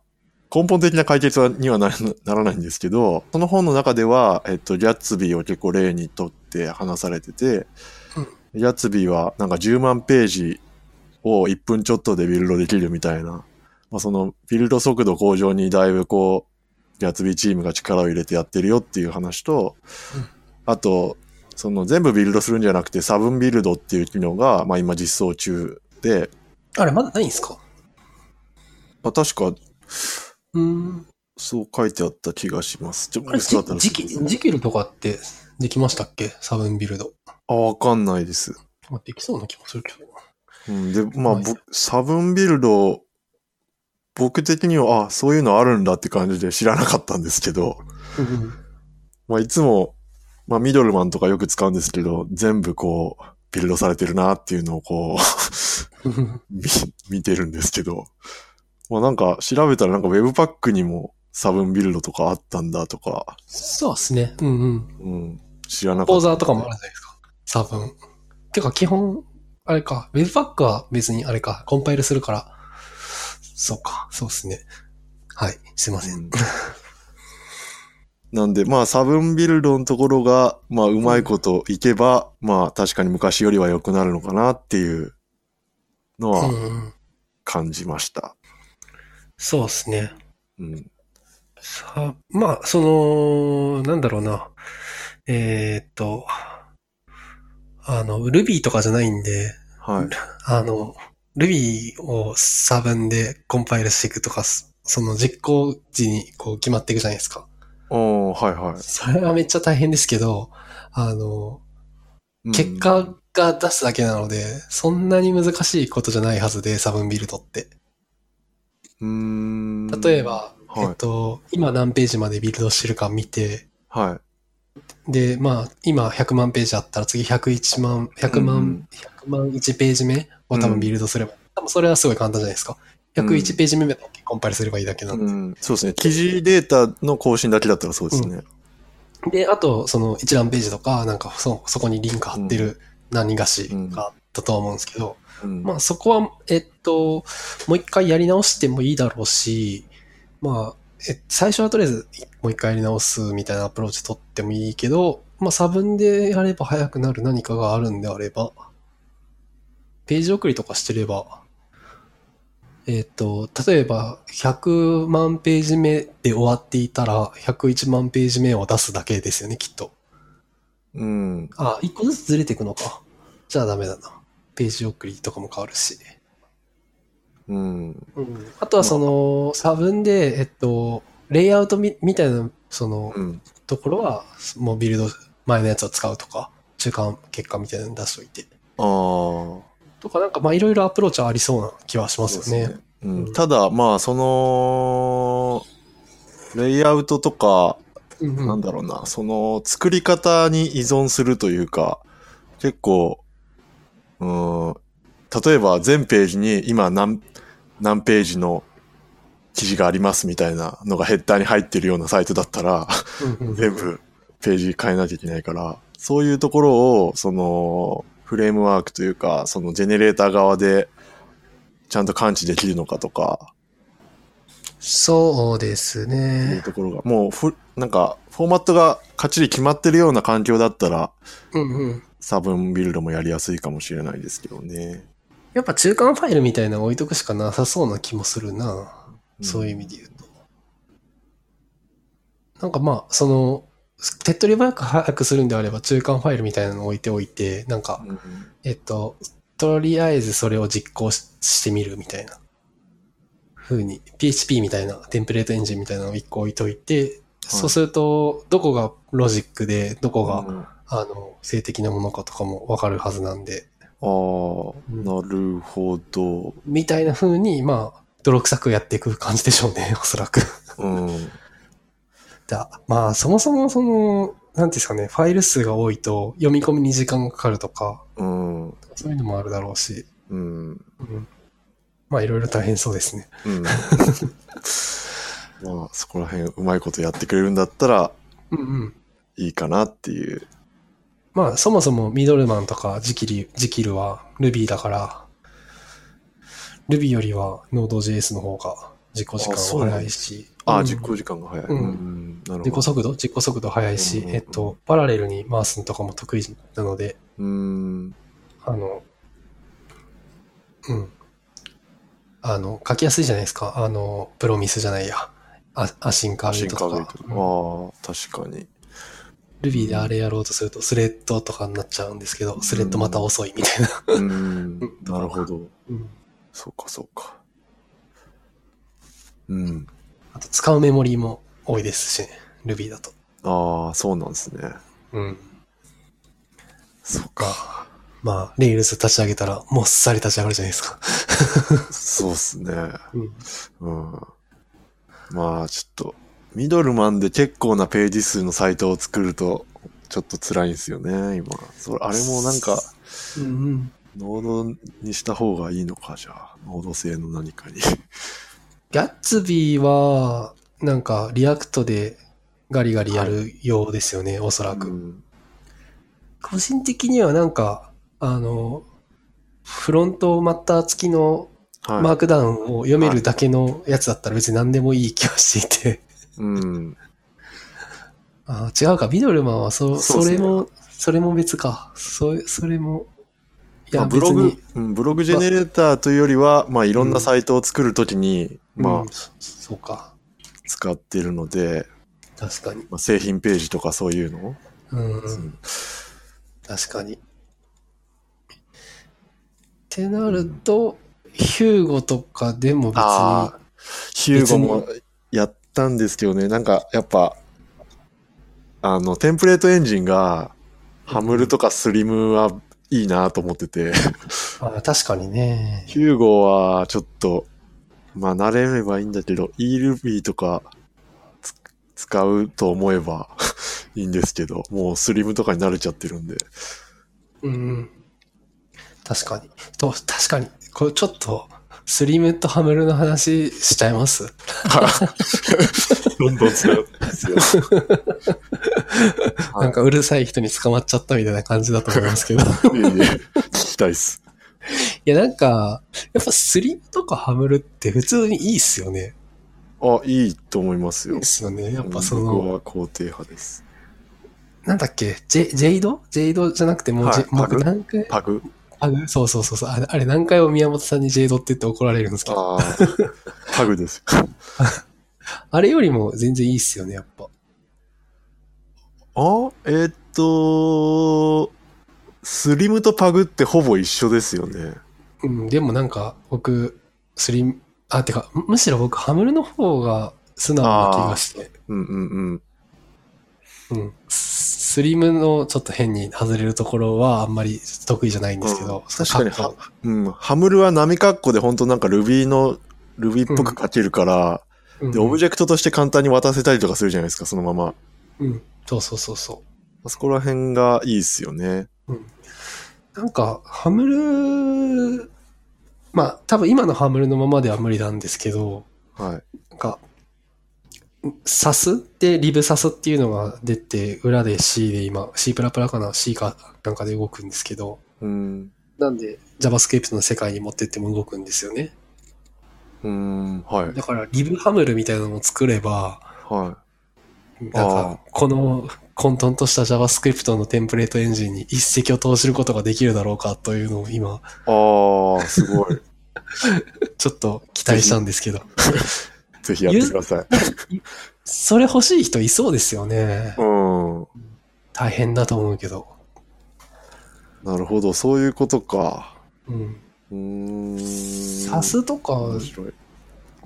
[SPEAKER 1] 根本的な解決はにはならならないんですけど、その本の中では、えっと、ギャッツビーを結構例にとって話されてて、
[SPEAKER 2] うん
[SPEAKER 1] ギャッツビーはなんか10万ページを1分ちょっとでビルドできるみたいな、まあ、そのビルド速度向上にだいぶこう、ギャッツビーチームが力を入れてやってるよっていう話と、
[SPEAKER 2] うん
[SPEAKER 1] あと、その全部ビルドするんじゃなくて、サブンビルドっていう機能が、まあ今実装中で、
[SPEAKER 2] あれ、まだないんですか
[SPEAKER 1] まあ確か
[SPEAKER 2] うん。
[SPEAKER 1] そう書いてあった気がします。ちょっ
[SPEAKER 2] あ
[SPEAKER 1] と
[SPEAKER 2] れ、
[SPEAKER 1] 薄
[SPEAKER 2] じ
[SPEAKER 1] かったら
[SPEAKER 2] 時期、時期とかってできましたっけサブンビルド。
[SPEAKER 1] あ、わかんないです。
[SPEAKER 2] まあできそうな気もするけど。
[SPEAKER 1] うん、で、まあ、
[SPEAKER 2] まあいいっす
[SPEAKER 1] ぼ差分ビルド、僕的には、あ、そういうのあるんだって感じで知らなかったんですけど、
[SPEAKER 2] うん。
[SPEAKER 1] まあ、いつも、まあ、ミドルマンとかよく使うんですけど、全部こう、ビルドされてるなっていうのをこう 見、見てるんですけど、まあなんか調べたらなんか Webpack にも差分ビルドとかあったんだとか、
[SPEAKER 2] そうですね。うんうん。
[SPEAKER 1] うん、知らなかった。
[SPEAKER 2] 講座とかもあるじゃないですか。差分。てか基本、あれか、ウェブパックは別にあれか、コンパイルするから。そうか、そうですね。はい、すいません。
[SPEAKER 1] うんなんで、まあ、差分ビルドのところが、まあ、うまいこといけば、まあ、確かに昔よりは良くなるのかなっていうの
[SPEAKER 2] う
[SPEAKER 1] は
[SPEAKER 2] んうん、
[SPEAKER 1] 感じました。
[SPEAKER 2] そうですね。
[SPEAKER 1] うん。
[SPEAKER 2] さまあ、その、なんだろうな。えーっと、あの、Ruby とかじゃないんで、
[SPEAKER 1] はい。
[SPEAKER 2] あの、Ruby を差分でコンパイルしていくとか、そその実行時にこう決まっていくじゃないですか。
[SPEAKER 1] おー、はいはい
[SPEAKER 2] それはめっちゃ大変ですけど、あの、。
[SPEAKER 1] うん
[SPEAKER 2] 結果が出すだけなので、そんなに難しいことじゃないはずで、差分ビルドって。
[SPEAKER 1] うーん。
[SPEAKER 2] 例え。ば、
[SPEAKER 1] はい
[SPEAKER 2] えっと、今何ページまでビルドしてるか見て、
[SPEAKER 1] は
[SPEAKER 2] で、まあ、今100万ページあったら次101万、100
[SPEAKER 1] う
[SPEAKER 2] 万
[SPEAKER 1] ん、
[SPEAKER 2] 100万1ページ目を多分ビルドすれば、多分それはすごい簡単じゃないですか。101ページ目だけコンパイルすればいいだけ
[SPEAKER 1] い。
[SPEAKER 2] なんで。
[SPEAKER 1] うん。そうですね。記事データの更新だけだったらそうですね。
[SPEAKER 2] で、あと、その一覧ページとか、なんかそ、そこにリンク貼ってる何がしがあったとは思うんですけど、
[SPEAKER 1] うん。
[SPEAKER 2] まあそこは、えっと、もう一回やり直してもいいだろうし、まあ、え最初はとりあえずもう一回やり直すみたいなアプローチ取ってもいいけど、まあ差分でやれば早くなる何かがあるんであれば、ページ送りとかしてれば、えっと、例えば100万ページ目で終わっていたら101万ページ目を出すだけですよね、きっと。
[SPEAKER 1] うん。
[SPEAKER 2] あ、一個ずつずれていくのか。じゃあダメだな。ページ送りとかも変わるし。
[SPEAKER 1] うん。
[SPEAKER 2] あとはその、差分で、えっと、レイアウトみみたいな、その、
[SPEAKER 1] うん。
[SPEAKER 2] ところは、もうビルド前のやつを使うとか、中間結果みたいなの出しといて。
[SPEAKER 1] ああ。
[SPEAKER 2] とか、なんか、まあ、いろいろアプローチはありそうな気はしますよね。
[SPEAKER 1] そうですう
[SPEAKER 2] うん
[SPEAKER 1] ん、ただ、まあ、その、レイアウトとか、
[SPEAKER 2] うんうん
[SPEAKER 1] なんだろうな、その作り方に依存するというか、結構、うーん、例えば全ページに今何、何ページの記事がありますみたいなのがヘッダーに入ってるようなサイトだったら、
[SPEAKER 2] うんうん
[SPEAKER 1] 全部ページ変えなきゃいけないから、そういうところを、その、フレームワークというか、そのジェネレーター側で、ちゃんと感知できるのかとか、
[SPEAKER 2] そうです
[SPEAKER 1] っていう
[SPEAKER 2] ね。
[SPEAKER 1] ところが、もうふ、なんか、フォーマットがかっちり決まってるような環境だったら、
[SPEAKER 2] うんうん。
[SPEAKER 1] 差分ビルドもやりやすいかもしれないですけどね。
[SPEAKER 2] やっぱ中間ファイルみたいなの置いとくしかなさそうな気もするな。
[SPEAKER 1] ん
[SPEAKER 2] そういう意味で言うと。なんかまあ、その、手っ取り早く早くするんであれば中間ファイルみたいなのを置いておいて、なんか、
[SPEAKER 1] うん
[SPEAKER 2] えっと、とりあえずそれを実行ししてみるみたいな風に、PHP みたいなテンプレートエンジンみたいなのを一個置いといて、そうすると、どこがロジックで、どこが、
[SPEAKER 1] うんあ
[SPEAKER 2] あの、性的なものかとかもわかるはずなんで、
[SPEAKER 1] ー
[SPEAKER 2] うん
[SPEAKER 1] なるほど。
[SPEAKER 2] みたいな風に、まあ、泥臭くやっていく感じでしょうね、お そらく。
[SPEAKER 1] うん。
[SPEAKER 2] だまあ、そもそもその、なんていうんですかね、ファイル数が多いと読み込みに時間がかかるとか、
[SPEAKER 1] うん。うん。
[SPEAKER 2] そういうのもあるだろうし、
[SPEAKER 1] うん。
[SPEAKER 2] うん、まあ、いろいろ大変そうですね。
[SPEAKER 1] まあ、そこら辺うまいことやってくれるんだったら
[SPEAKER 2] うんうん。
[SPEAKER 1] いいかなっていう。
[SPEAKER 2] まあ、そもそもミドルマンとかジキリ、ジキルは Ruby だから、Ruby よりは Node.js の方が実行時
[SPEAKER 1] あそう
[SPEAKER 2] 間
[SPEAKER 1] なん
[SPEAKER 2] 早
[SPEAKER 1] で
[SPEAKER 2] いし、
[SPEAKER 1] あ
[SPEAKER 2] う
[SPEAKER 1] あ、
[SPEAKER 2] ん
[SPEAKER 1] 実行時間が早い。
[SPEAKER 2] うん
[SPEAKER 1] ん。なる
[SPEAKER 2] 自
[SPEAKER 1] ほど。
[SPEAKER 2] 己速度実行速度早いし、
[SPEAKER 1] うんうんうん
[SPEAKER 2] えっと、パラレルに回すのとかも得意なので、
[SPEAKER 1] うん。
[SPEAKER 2] あの、うん。あの、書きやすいじゃないですか。あの、プロミスじゃないや。あアシンカー
[SPEAKER 1] 進
[SPEAKER 2] ルト
[SPEAKER 1] 化
[SPEAKER 2] と
[SPEAKER 1] がいい
[SPEAKER 2] か
[SPEAKER 1] と。
[SPEAKER 2] うん
[SPEAKER 1] ああ、確かに。
[SPEAKER 2] Ruby であれやろうとすると、スレッドとかになっちゃうんですけど、スレッドまた遅いみたいな。
[SPEAKER 1] うん。なるほど。
[SPEAKER 2] うん
[SPEAKER 1] そうか、そうか。うん。
[SPEAKER 2] あと、使うメモリーも多いですしね。Ruby だと。
[SPEAKER 1] ああ、そうなんですね。
[SPEAKER 2] うん。
[SPEAKER 1] そうか。
[SPEAKER 2] が、まあ、Rails 立ち上げたら、もっさり立ち上がるじゃないですか。
[SPEAKER 1] そうっすね。
[SPEAKER 2] うん。
[SPEAKER 1] うん。まあ、ちょっと、ミドルマンで結構なページ数のサイトを作ると、ちょっと辛いんですよね、今。それあれもなんか、
[SPEAKER 2] うんうん。
[SPEAKER 1] 濃度にした方がいいのか、じゃあ。濃度性の何かに。
[SPEAKER 2] ギャッツビーは、なんか、リアクトでガリガリやるようですよね、おそらく。
[SPEAKER 1] うん
[SPEAKER 2] 個人的にはなんか、あの、フロントマッター付きの
[SPEAKER 1] はい。
[SPEAKER 2] マークダウンを読めるだけのやつだったら別に何でもいい気はしていて。
[SPEAKER 1] うん。
[SPEAKER 2] あー違うか、ビドルマンはそ、
[SPEAKER 1] そうっ
[SPEAKER 2] そ
[SPEAKER 1] すね
[SPEAKER 2] れも、それも別か。そそれも、い
[SPEAKER 1] ま
[SPEAKER 2] や、
[SPEAKER 1] あ、ブログ、うん、ブログジェネレーターというよりは、まあ、いろんなサイトを作るときに、ま
[SPEAKER 2] う
[SPEAKER 1] あ
[SPEAKER 2] ん、、そそうか。
[SPEAKER 1] 使ってるので、
[SPEAKER 2] 確かに。
[SPEAKER 1] まあ、製品ページとかそういうの、
[SPEAKER 2] うん、
[SPEAKER 1] うん
[SPEAKER 2] 確かに。ってなると、ヒューゴとかでも別に、
[SPEAKER 1] ああ、ヒューゴもやったんですけどね、なんかやっぱ、あの、テンプレートエンジンが、ハムルとかスリムはいいなと思ってて、
[SPEAKER 2] あー確かにね。
[SPEAKER 1] ヒューゴはちょっと、まあ慣れればいいんだけど、イールビーとかつ使うと思えば いいんですけど、もうスリムとかに慣れちゃってる んで。
[SPEAKER 2] うんうん。確かに。と、確かに。これちょっと、スリムとハムルの話しちゃいます。
[SPEAKER 1] どんどん使うんですよ。はい
[SPEAKER 2] なんかうるさい人に捕まっちゃったみたいな感じだと思いますけど。
[SPEAKER 1] いえいえ聞きたいっす。
[SPEAKER 2] いや、なんか、やっぱスリムとかハムルって普通にいいっすよね。
[SPEAKER 1] あ、いいと思います
[SPEAKER 2] いい
[SPEAKER 1] よ
[SPEAKER 2] っ。すよね。やっぱそ
[SPEAKER 1] 僕
[SPEAKER 2] の、
[SPEAKER 1] は肯定派です。
[SPEAKER 2] なんだっけ、ジェジェイドジェイドじゃなくてもうジェ、
[SPEAKER 1] はい
[SPEAKER 2] 僕何回、
[SPEAKER 1] パグ
[SPEAKER 2] あそうそうそうそうあれ、あれ何回も宮本さんにジェイドって言って怒られるんですけど、
[SPEAKER 1] ああ、パグです。
[SPEAKER 2] あれよりも全然いいっすよね、やっぱ。
[SPEAKER 1] あえーっと、スリムとパグってほぼ一緒ですよね。
[SPEAKER 2] うん、でもなんか、僕、スリム、あ、てか、むむしろ僕、ハムルの方が素直な気がして、
[SPEAKER 1] うんうんうん。
[SPEAKER 2] うん。ススリムのちょっと変に外れるところはあんまり得意じゃないんですけど、
[SPEAKER 1] うん確かに
[SPEAKER 2] そのカッ
[SPEAKER 1] うん、ハムルは波括弧で本当なんか Ruby の Ruby っぽく書けるから、
[SPEAKER 2] トうん
[SPEAKER 1] で、オブジェクトとして簡単に渡せたりとかするじゃないですか、そのまま。
[SPEAKER 2] うん、そうそうそうそ
[SPEAKER 1] あそこら辺がいいっすよね。
[SPEAKER 2] う。なんか、ハムル、まあ、多分今のハムルのままでは無理なんですけど、
[SPEAKER 1] はい。
[SPEAKER 2] なんか、サスってリブサスっていうのが出て、裏で C で今、C++ プラプラかな、C かなんかで動くんですけど、
[SPEAKER 1] うん。
[SPEAKER 2] なんで JavaScript の世界に持ってっても動くんですよね。
[SPEAKER 1] うん、はい。
[SPEAKER 2] だからリブハムルみたいなのを作れば、
[SPEAKER 1] は
[SPEAKER 2] なん
[SPEAKER 1] あ
[SPEAKER 2] かこの混沌とした JavaScript のテンプレートエンジンに一石を投じることができるだろうかというのを今、
[SPEAKER 1] い。ああ、すご い。
[SPEAKER 2] ちょっと期待したんですけど。
[SPEAKER 1] ぜひやってください。
[SPEAKER 2] それ欲しい人いそうですよね。
[SPEAKER 1] うん。
[SPEAKER 2] 大変だと思うけど。
[SPEAKER 1] なるほど、そういうことか。
[SPEAKER 2] うん。
[SPEAKER 1] うーん。
[SPEAKER 2] サスとか、
[SPEAKER 1] 面白い。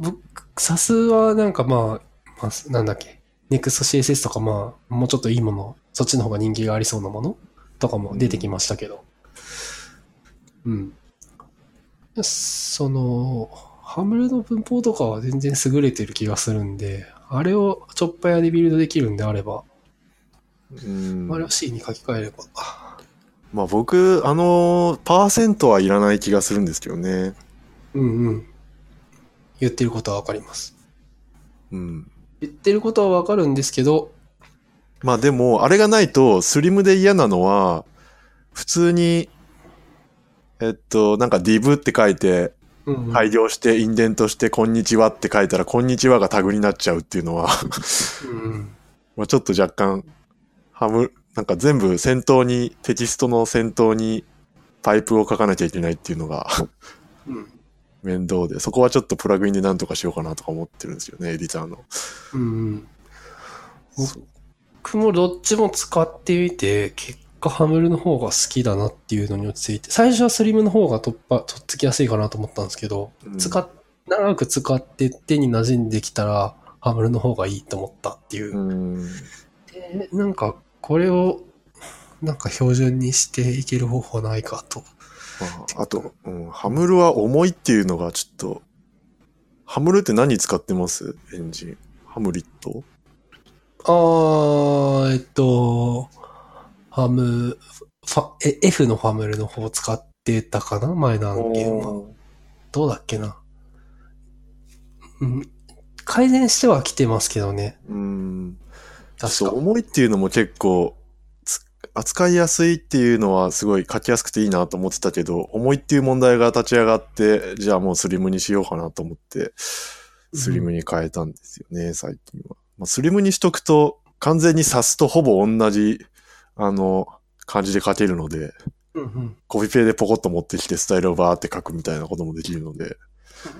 [SPEAKER 2] 僕、サスはなんかまあ、まあ、なんだっけ、ネクスト CSS とかまあ、もうちょっといいもの、そっちの方が人気がありそうなものとかも出てきましたけど。うん。その、ハムルの文法とかは全然優れてる気がするんで、あれをチョッパー屋でビルドできるんであれば、
[SPEAKER 1] うん
[SPEAKER 2] あれを C に書き換えれば。
[SPEAKER 1] まあ僕、あのーパーセントはいらない気がするんですけどね。
[SPEAKER 2] うんうん。言ってることはわかります。
[SPEAKER 1] うん。
[SPEAKER 2] 言ってることはわかるんですけど、
[SPEAKER 1] まあでも、あれがないと、スリムで嫌なのは、普通に、えっと、なんか div って書いて、
[SPEAKER 2] うん、い。
[SPEAKER 1] 開業して、インデントして、こんにちはって書いたら、こんにちはがタグになっちゃうっていうのは、
[SPEAKER 2] うんうん
[SPEAKER 1] まあちょっと若干、ハム、なんか全部先頭に、テキストの先頭にパイプを書かなきゃいけないっていうのが
[SPEAKER 2] うん
[SPEAKER 1] 面倒で、そこはちょっとプラグインでなんとかしようかなとか思ってるんですよね、エディターの。
[SPEAKER 2] うん。僕もどっちも使ってみて、結果ハムルの方が好きだなっていうのに落ち着いて、最初はスリムの方が突破、とっつきやすいかなと思ったんですけど、
[SPEAKER 1] うん
[SPEAKER 2] 使っ、長く使って手に馴染んできたら、ハムルの方がいいと思ったっていうう。
[SPEAKER 1] ん。
[SPEAKER 2] でなんか、これを、なんか標準にしていける方法ないかと。
[SPEAKER 1] まあ、あと、うん、ハムルは重いっていうのがちょっと、ハムルって何使ってますエンジン。ハムリット
[SPEAKER 2] あー、えっと、ァム、ファえ F のファムルの方を使ってたかな前の案件は。
[SPEAKER 1] おー
[SPEAKER 2] どうだっけな。うん。改善しては来てますけどね。
[SPEAKER 1] うん。
[SPEAKER 2] 確
[SPEAKER 1] そ
[SPEAKER 2] か
[SPEAKER 1] う、。重いっていうのも結構、つ扱いやすいっていうのはすごい書きやすくていいなと思ってたけど、重いっていう問題が立ち上がって、じゃあもうスリムにしようかなと思って、スリムに変えたんですよね、最近は。まあ、スリムにしとくと、完全に刺すとほぼ同じ、あの、感じで書けるので、
[SPEAKER 2] うんうん。
[SPEAKER 1] コピペでポコッと持ってきてスタイルをバーって書くみたいなこともできるので、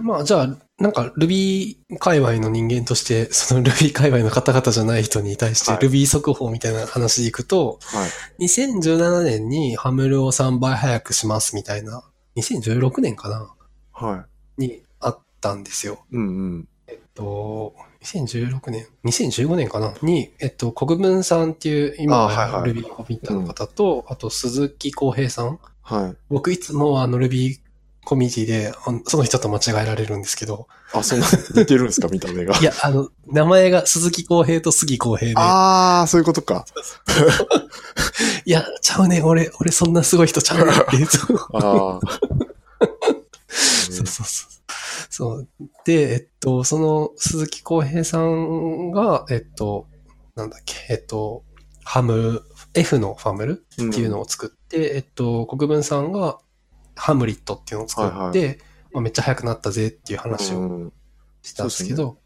[SPEAKER 2] まあじゃあ、なんか Ruby 界隈の人間として、 その Ruby 界隈の方々じゃない人に対して
[SPEAKER 1] はい
[SPEAKER 2] Ruby 速報みたいな話でいくと、
[SPEAKER 1] はい。
[SPEAKER 2] 2017年にハムルを3倍早くしますみたいな、2016年かな
[SPEAKER 1] はい。
[SPEAKER 2] にあったんですよ。
[SPEAKER 1] うんうん。
[SPEAKER 2] えっと、2016年 ?2015 年かなに、えっと、国分さんっていう、今
[SPEAKER 1] あはいはい
[SPEAKER 2] Ruby コミッターの方と、あと鈴木浩平さん。
[SPEAKER 1] はい。
[SPEAKER 2] 僕いつもあの Ruby コミュニティで、あのその人と間違えられるんですけど、
[SPEAKER 1] あ、そんな、似てるんですか、見た目が。
[SPEAKER 2] いや、あの、名前が鈴木浩平と杉浩平で、
[SPEAKER 1] ああ、そういうことか。
[SPEAKER 2] いや、ちゃうね、俺、俺そんなすごい人ちゃうねって言うと、そう
[SPEAKER 1] ああ。
[SPEAKER 2] そうそうそう。で、えっと、その鈴木浩平さんが、えっと、なんだっけ、えっと、ハム、F のファムル
[SPEAKER 1] っ
[SPEAKER 2] っていうのを作って、えっと、国分さんがハムリットっていうのを作って、
[SPEAKER 1] はい
[SPEAKER 2] まあ、めっちゃ早くなったぜっていう話を
[SPEAKER 1] うん
[SPEAKER 2] してたんですけど、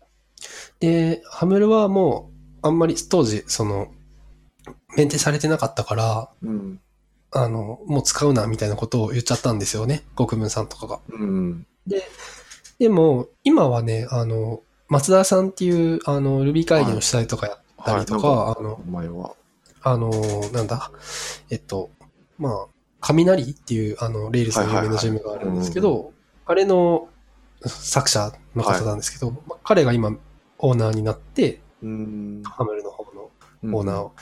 [SPEAKER 2] でハムルはもう、あんまり当時、その、メンテされてなかったから、
[SPEAKER 1] うん。
[SPEAKER 2] あの、もう使うなみたいなことを言っちゃったんですよね、国分さんとかが。
[SPEAKER 1] うん。
[SPEAKER 2] でも、今はね、あの、松田さんっていう、あの、Ruby 会議の主催とかやったりとか、
[SPEAKER 1] はいは
[SPEAKER 2] あの、
[SPEAKER 1] 前は。
[SPEAKER 2] あのーなんだ、えっと、まあ、雷っていう、あの、レイルズの有名なジムがあるんですけど、あれの作者の方なんですけど、まあ彼が今、オーナーになって、
[SPEAKER 1] うん。
[SPEAKER 2] ハムルの方の
[SPEAKER 1] オ
[SPEAKER 2] オーナーを。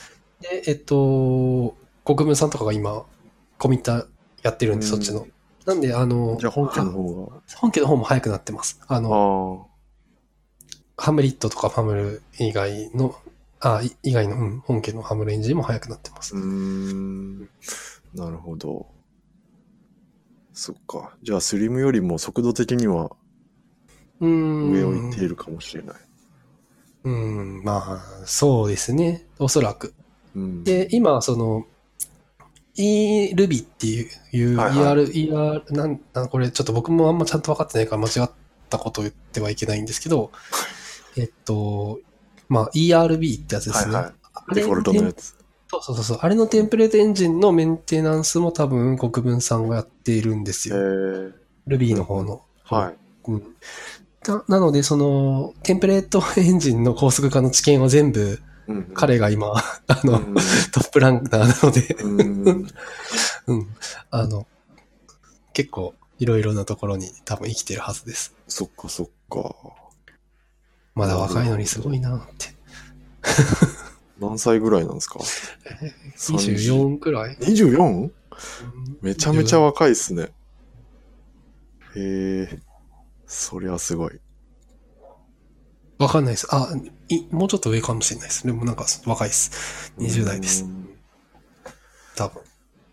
[SPEAKER 2] で、えっと、国分さんとかが今、コミッターやってるんで、
[SPEAKER 1] うん
[SPEAKER 2] そっちの。なんで、あの
[SPEAKER 1] じゃ、あ本家の方
[SPEAKER 2] 本家の方も早くなってます。あの、
[SPEAKER 1] が。
[SPEAKER 2] ハムリットとかハムル以外の、あ、い以外の、うん、本家のハムルエンジンも早くなってます
[SPEAKER 1] ああ。う。ん。なるほど。そっか。じゃあ、スリムよりも速度的には
[SPEAKER 2] うん。
[SPEAKER 1] 上を行っているかもしれない。
[SPEAKER 2] うん、まあ、そうですね。おそらく。
[SPEAKER 1] うん。
[SPEAKER 2] で、今、その、eRuby っていう、いう
[SPEAKER 1] はいは
[SPEAKER 2] ER、ER、なん、なんこれちょっと僕もあんまちゃんと分かってないから間違ったことを言ってはいけないんです けど、えっと、まあ、eRB ってやつですね。
[SPEAKER 1] はいはい
[SPEAKER 2] あれ
[SPEAKER 1] デフォルトのやつ。
[SPEAKER 2] そうそうそうそう。あれのテンプレートエンジンのメンテナンスも多分国分さんがやっているんです
[SPEAKER 1] え
[SPEAKER 2] よ。
[SPEAKER 1] ー、
[SPEAKER 2] Ruby の方の。
[SPEAKER 1] はい。
[SPEAKER 2] うんななので、その、テンプレート エンジンの高速化の知見を全部、
[SPEAKER 1] うん、
[SPEAKER 2] 彼が今、あの、
[SPEAKER 1] うん
[SPEAKER 2] トップランナーなので、
[SPEAKER 1] うん
[SPEAKER 2] うん。あの、結構、いろいろなところに多分生きてるはずです。
[SPEAKER 1] そっかそっか。
[SPEAKER 2] まだ若いのにすごいなって。
[SPEAKER 1] 何歳ぐらいなん ですか ?30
[SPEAKER 2] 24くらい
[SPEAKER 1] 24? めちゃめちゃ
[SPEAKER 2] うん
[SPEAKER 1] 若いっすね。へえ、そりゃすごい。
[SPEAKER 2] わかんないです。あ、いもうちょっと上かもしれないです。でもなんか若いです。20代です
[SPEAKER 1] う。ん。
[SPEAKER 2] 多分。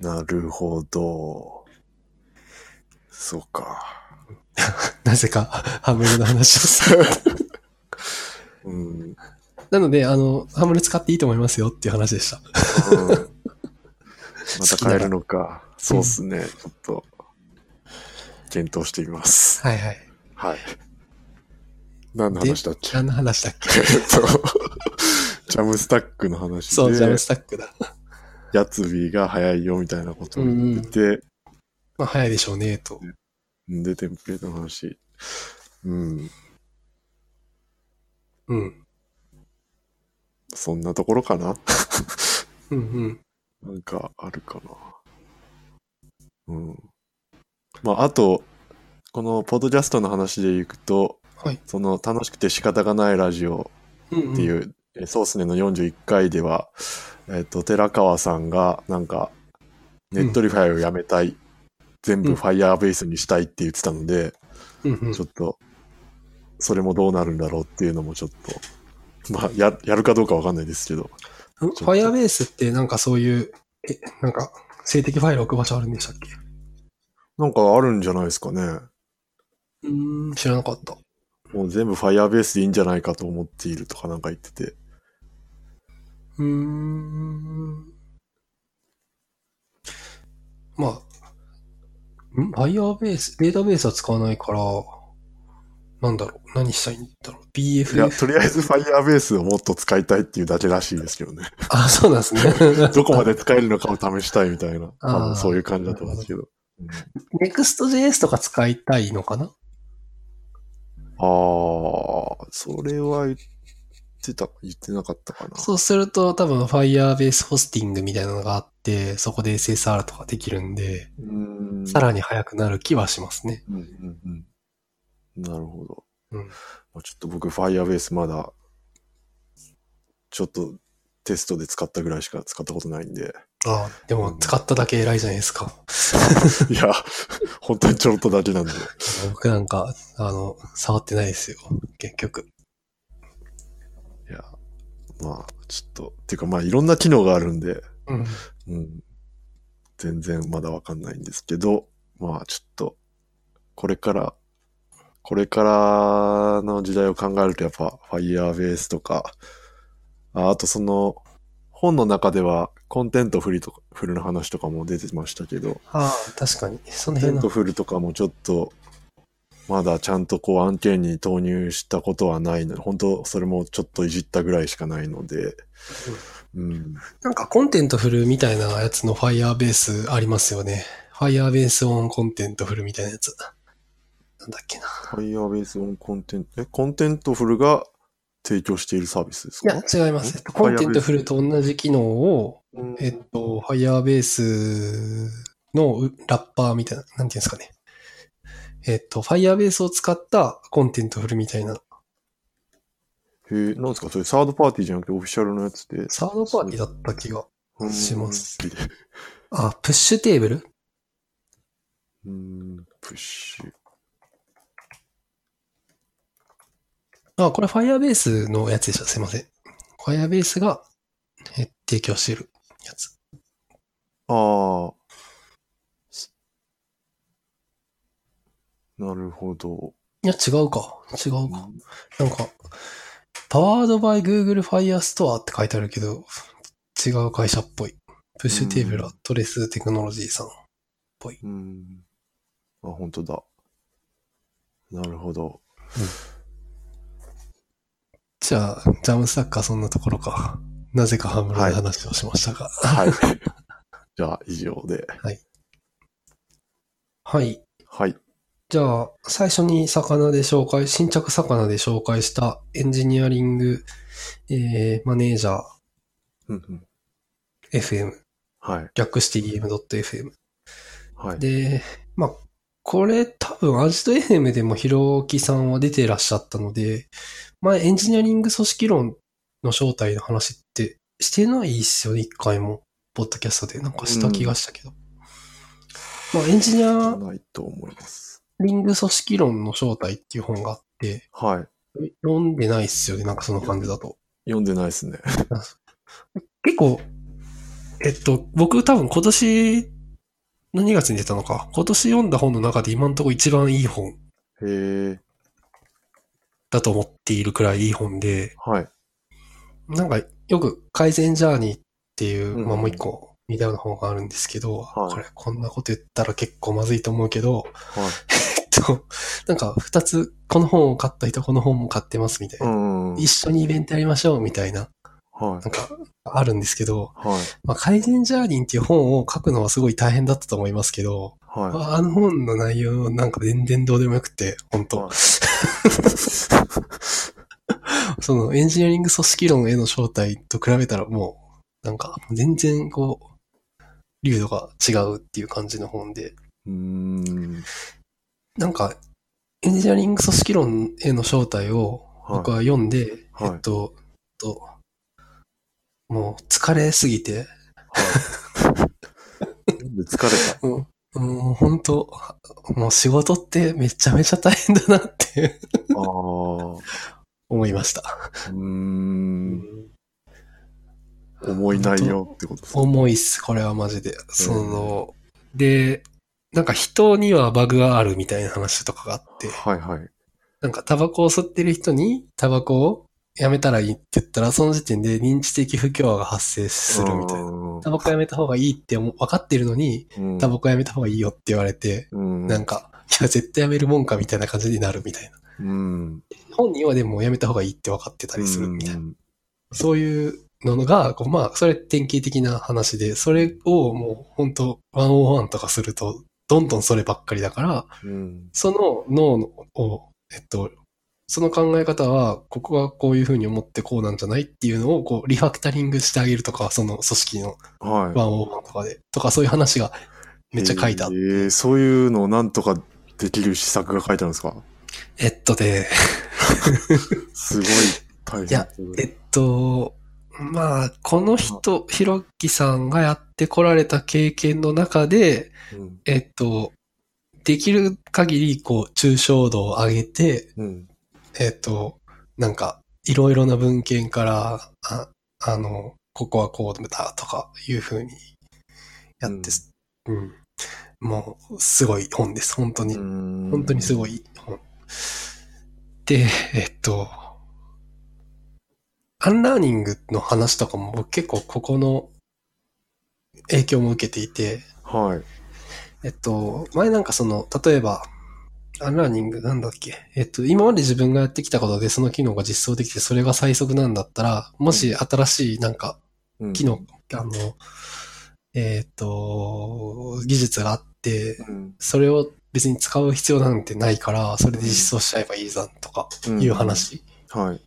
[SPEAKER 1] なるほど。そうか。
[SPEAKER 2] なぜか、 ハムルの話をする。
[SPEAKER 1] うん。 うん
[SPEAKER 2] なので、あの、ハムル使っていいと思いますよっていう話でした。
[SPEAKER 1] また変えるのか。そうっすね。ちょっと、検討してみます。
[SPEAKER 2] はいはい。
[SPEAKER 1] はい。何の話だっけ
[SPEAKER 2] 何の話だっけ
[SPEAKER 1] えっと、ジャムスタックの話で、
[SPEAKER 2] そう、ジャムスタックだ。
[SPEAKER 1] やつびが早いよみたいなことを言ってて、
[SPEAKER 2] まあ、早いでしょうね、と。
[SPEAKER 1] で、テンプレートの話。うん、
[SPEAKER 2] うん。
[SPEAKER 1] そんなところかな。
[SPEAKER 2] うんうん。
[SPEAKER 1] なんかあるかな。うん。まあ、あと、このポッドキャストの話でいくと、
[SPEAKER 2] はい。
[SPEAKER 1] その楽しくて仕方がないラジオ
[SPEAKER 2] うんうん
[SPEAKER 1] っていう、えソースネの41回では、えっと、寺川さんが、なんか、ネットリファイをやめたい、全
[SPEAKER 2] う
[SPEAKER 1] 部
[SPEAKER 2] ん
[SPEAKER 1] ファイヤーベースにしたいって言ってたので、
[SPEAKER 2] うんうん
[SPEAKER 1] ちょっと、それもどうなるんだろうっていうのもちょっと、まあ、ややるかどうかわかんないですけど、
[SPEAKER 2] ファイアベースってなんかそういうえ、なんか、性的ファイル置く場所あるんでしたっけ
[SPEAKER 1] なんかあるんじゃないですかね。
[SPEAKER 2] うーん、知らなかった。
[SPEAKER 1] もう全部 Firebase でいいんじゃないかと思っているとかなんか言ってて。
[SPEAKER 2] うーん。まあ、ん Firebase、データベースは使わないから、なんだろう、何したいんだろう、
[SPEAKER 1] いや、
[SPEAKER 2] BFF。
[SPEAKER 1] とりあえず Firebase をもっと使いたいっていうだけらしいですけどね。
[SPEAKER 2] あ、そうなんですね。
[SPEAKER 1] どこまで使えるのかを試したいみたいな、
[SPEAKER 2] あ
[SPEAKER 1] 多
[SPEAKER 2] ー
[SPEAKER 1] 分そういう感じだと思うんですけど。うん
[SPEAKER 2] Next.js とか使いたいのかな
[SPEAKER 1] ああ、それは言ってた、言ってなかったかな。
[SPEAKER 2] そうすると多分 Firebase ホスティングみたいなのがあって、そこで SSR とかできるんで、
[SPEAKER 1] うーん
[SPEAKER 2] さらに早くなる気はしますね。
[SPEAKER 1] うんうんうん。なるほど。
[SPEAKER 2] うん
[SPEAKER 1] まあ、ちょっと僕、Firebase まだ、ちょっとテストで使ったぐらいしか使ったことないんで。
[SPEAKER 2] ああ、でも使っただけ偉いじゃないですか。
[SPEAKER 1] いや、本当にちょろっとだけなんで。
[SPEAKER 2] 僕なんか、あの、触ってないですよ。結局。
[SPEAKER 1] いや、まあ、ちょっと、っていうかまあ、いろんな機能があるんで、
[SPEAKER 2] うん。
[SPEAKER 1] うん。全然まだわかんないんですけど、まあちょっと、これから、これからの時代を考えるとやっぱ Firebase とか、ああとその、本の中ではコンテントフリとか、フルの話とかも出てましたけど、
[SPEAKER 2] ああ、確かに。その
[SPEAKER 1] コンテ
[SPEAKER 2] 辺
[SPEAKER 1] ン
[SPEAKER 2] の
[SPEAKER 1] ト。フルとかもちょっと、まだちゃんとこう案件に投入したことはないので、本当それもちょっといじったぐらいしかないので、うん。
[SPEAKER 2] なんかコンテントフルみたいなやつの Firebase ありますよね。Firebase on コンテントフルみたいなやつ。なんだっけな。
[SPEAKER 1] Firebase on コンテント、え、コンテントフルが提供しているサービスです
[SPEAKER 2] い
[SPEAKER 1] か
[SPEAKER 2] や、違います。えっと
[SPEAKER 1] ん Firebase
[SPEAKER 2] コンテントフルと同じ機能を、
[SPEAKER 1] うん
[SPEAKER 2] えっと、Firebase のうラッパーみたいな、なんていうんですかね。えっと、Firebase を使ったコンテントフルみたいな。
[SPEAKER 1] へえ、なんですかそれサードパーティーじゃなくてオフィシャルのやつで。
[SPEAKER 2] サードパーティーだった気が。します
[SPEAKER 1] う
[SPEAKER 2] あ、プッシュテーブル
[SPEAKER 1] ん。うん、プッシュ。
[SPEAKER 2] あ、これ Firebase のやつでした。すいません。Firebase がえ提供してるやつ。
[SPEAKER 1] ああ。なるほど。
[SPEAKER 2] いや、違うか。違うか。なんか、Powered by Google Fire Store って書いてあるけど、違う会社っぽい。プッシュテーブルはトレステクノロジーさん。
[SPEAKER 1] うん。あ、本当だ。なるほど。
[SPEAKER 2] じゃあ、ジャムスタックはそんなところか。なぜかハムロの話をしましたが。
[SPEAKER 1] はい。じゃあ、以上で。
[SPEAKER 2] はい。
[SPEAKER 1] はい。
[SPEAKER 2] じゃあ、最初に魚で紹介、新着魚で紹介したエンジニアリング、えー、マネージャー
[SPEAKER 1] うんうん。
[SPEAKER 2] FM、
[SPEAKER 1] はい。
[SPEAKER 2] 略して EM.FM。
[SPEAKER 1] はい。
[SPEAKER 2] で、まあ、これ多分アジト FM でもひろきさんは出てらっしゃったので、前エンジニアリング組織論の正体の話ってしてないっすよね、一回も。ポッドキャストでなんかした気がしたけど。まあ、エンジニア
[SPEAKER 1] ないと思います。
[SPEAKER 2] リング組織論の正体っていう本があって、
[SPEAKER 1] はい。
[SPEAKER 2] 読んでないっすよね、なんかその感じだと。
[SPEAKER 1] 読んでないですね。
[SPEAKER 2] 結構、えっと、僕多分今年の2月に出たのか、今年読んだ本の中で今のところ一番いい本
[SPEAKER 1] へえ。
[SPEAKER 2] だと思っているくらいいい本で、
[SPEAKER 1] はい。
[SPEAKER 2] なんかよく改善ジャーニーっていう、
[SPEAKER 1] うん
[SPEAKER 2] まあもう一個似たような本があるんですけど、
[SPEAKER 1] はい
[SPEAKER 2] これこんなこと言ったら結構まずいと思うけ
[SPEAKER 1] は
[SPEAKER 2] ど、
[SPEAKER 1] い。
[SPEAKER 2] えっと、なんか二つ、この本を買った人この本も買ってますみたいうな。
[SPEAKER 1] んうんうん。
[SPEAKER 2] 一緒にイベントやりましょうみたいな、
[SPEAKER 1] は。
[SPEAKER 2] ないんかあるんですけど、
[SPEAKER 1] はい。
[SPEAKER 2] まあ改善ジャーニーっていう本を書くのはすごい大変だったと思いますけど、
[SPEAKER 1] はい。
[SPEAKER 2] あの本の内容なんか全然どうでもよくて、本当
[SPEAKER 1] はい
[SPEAKER 2] そのエンジニアリング組織論への正体と比べたらもう、なんか全然こう、流度が違うっていう感じの本で、
[SPEAKER 1] うーん。
[SPEAKER 2] なんかエンジニアリング組織論への正体を僕
[SPEAKER 1] は
[SPEAKER 2] は読んで、
[SPEAKER 1] はい
[SPEAKER 2] えっと、と、もう疲れすぎて、
[SPEAKER 1] い。で疲れた。
[SPEAKER 2] もう、もう本当、もう仕事ってめちゃめちゃ大変だな って
[SPEAKER 1] ああ。
[SPEAKER 2] 思いました。
[SPEAKER 1] うーん。重い内容ってことですね。
[SPEAKER 2] 重いっす、これはマジで。その、で、なんか人にはバグがあるみたいな話とかがあって、
[SPEAKER 1] はいはい。
[SPEAKER 2] なんかタバコを吸ってる人にタバコをやめたらいいって言ったら、その時点で認知的不協和が発生するみたいな。
[SPEAKER 1] な
[SPEAKER 2] タバコやめた方がいいって思う分かってるのに、タバコやめた方がいいよって言われて、
[SPEAKER 1] うん、
[SPEAKER 2] なんか、いや、絶対やめるもんかみたいな感じになるみたいな。
[SPEAKER 1] うん、
[SPEAKER 2] 本人はでもやめた方がいいって分かってたりするみたいな。
[SPEAKER 1] うん
[SPEAKER 2] そういうのが、こうまあ、それ典型的な話で、それをもう本当ワンオンワンとかすると、どんどんそればっかりだから、
[SPEAKER 1] うん
[SPEAKER 2] その脳のを、えっと、その考え方は、ここはこういうふうに思ってこうなんじゃないっていうのを、こう、リファクタリングしてあげるとか、その組織の
[SPEAKER 1] はい。
[SPEAKER 2] ワンオンワンとかで、とかそういう話がめっちゃ書いた。
[SPEAKER 1] えーそういうのをなんとかできる施策が書いてあるんですか
[SPEAKER 2] えっとで、
[SPEAKER 1] すごい大変。
[SPEAKER 2] いやえっと、まあ、この人、ひろきさんがやってこられた経験の中で、
[SPEAKER 1] うん、
[SPEAKER 2] えっと、できる限り、こう、抽象度を上げて、
[SPEAKER 1] うん、
[SPEAKER 2] えっと、なんか、いろいろな文献から、ああの、ここはこうだとかいうふうにやってす、うん、もう、すごい本です、本当に。本
[SPEAKER 1] 本
[SPEAKER 2] 当にすご
[SPEAKER 1] い。
[SPEAKER 2] い本。で、えっと、アンラーニングの話とかも僕結構ここの影響も受けていて、
[SPEAKER 1] はい。
[SPEAKER 2] えっと、前なんかその、例えば、アンラーニングなんだっけえっと、今まで自分がやってきたことでその機能が実装できてそれが最速なんだったら、もし新しいなんか
[SPEAKER 1] うん
[SPEAKER 2] 機能、あの、えっと、技術があって、
[SPEAKER 1] うん
[SPEAKER 2] それを別に使う必要なんてないから、それで実装しちゃえばいいじゃんとか、いう。話
[SPEAKER 1] うんはい。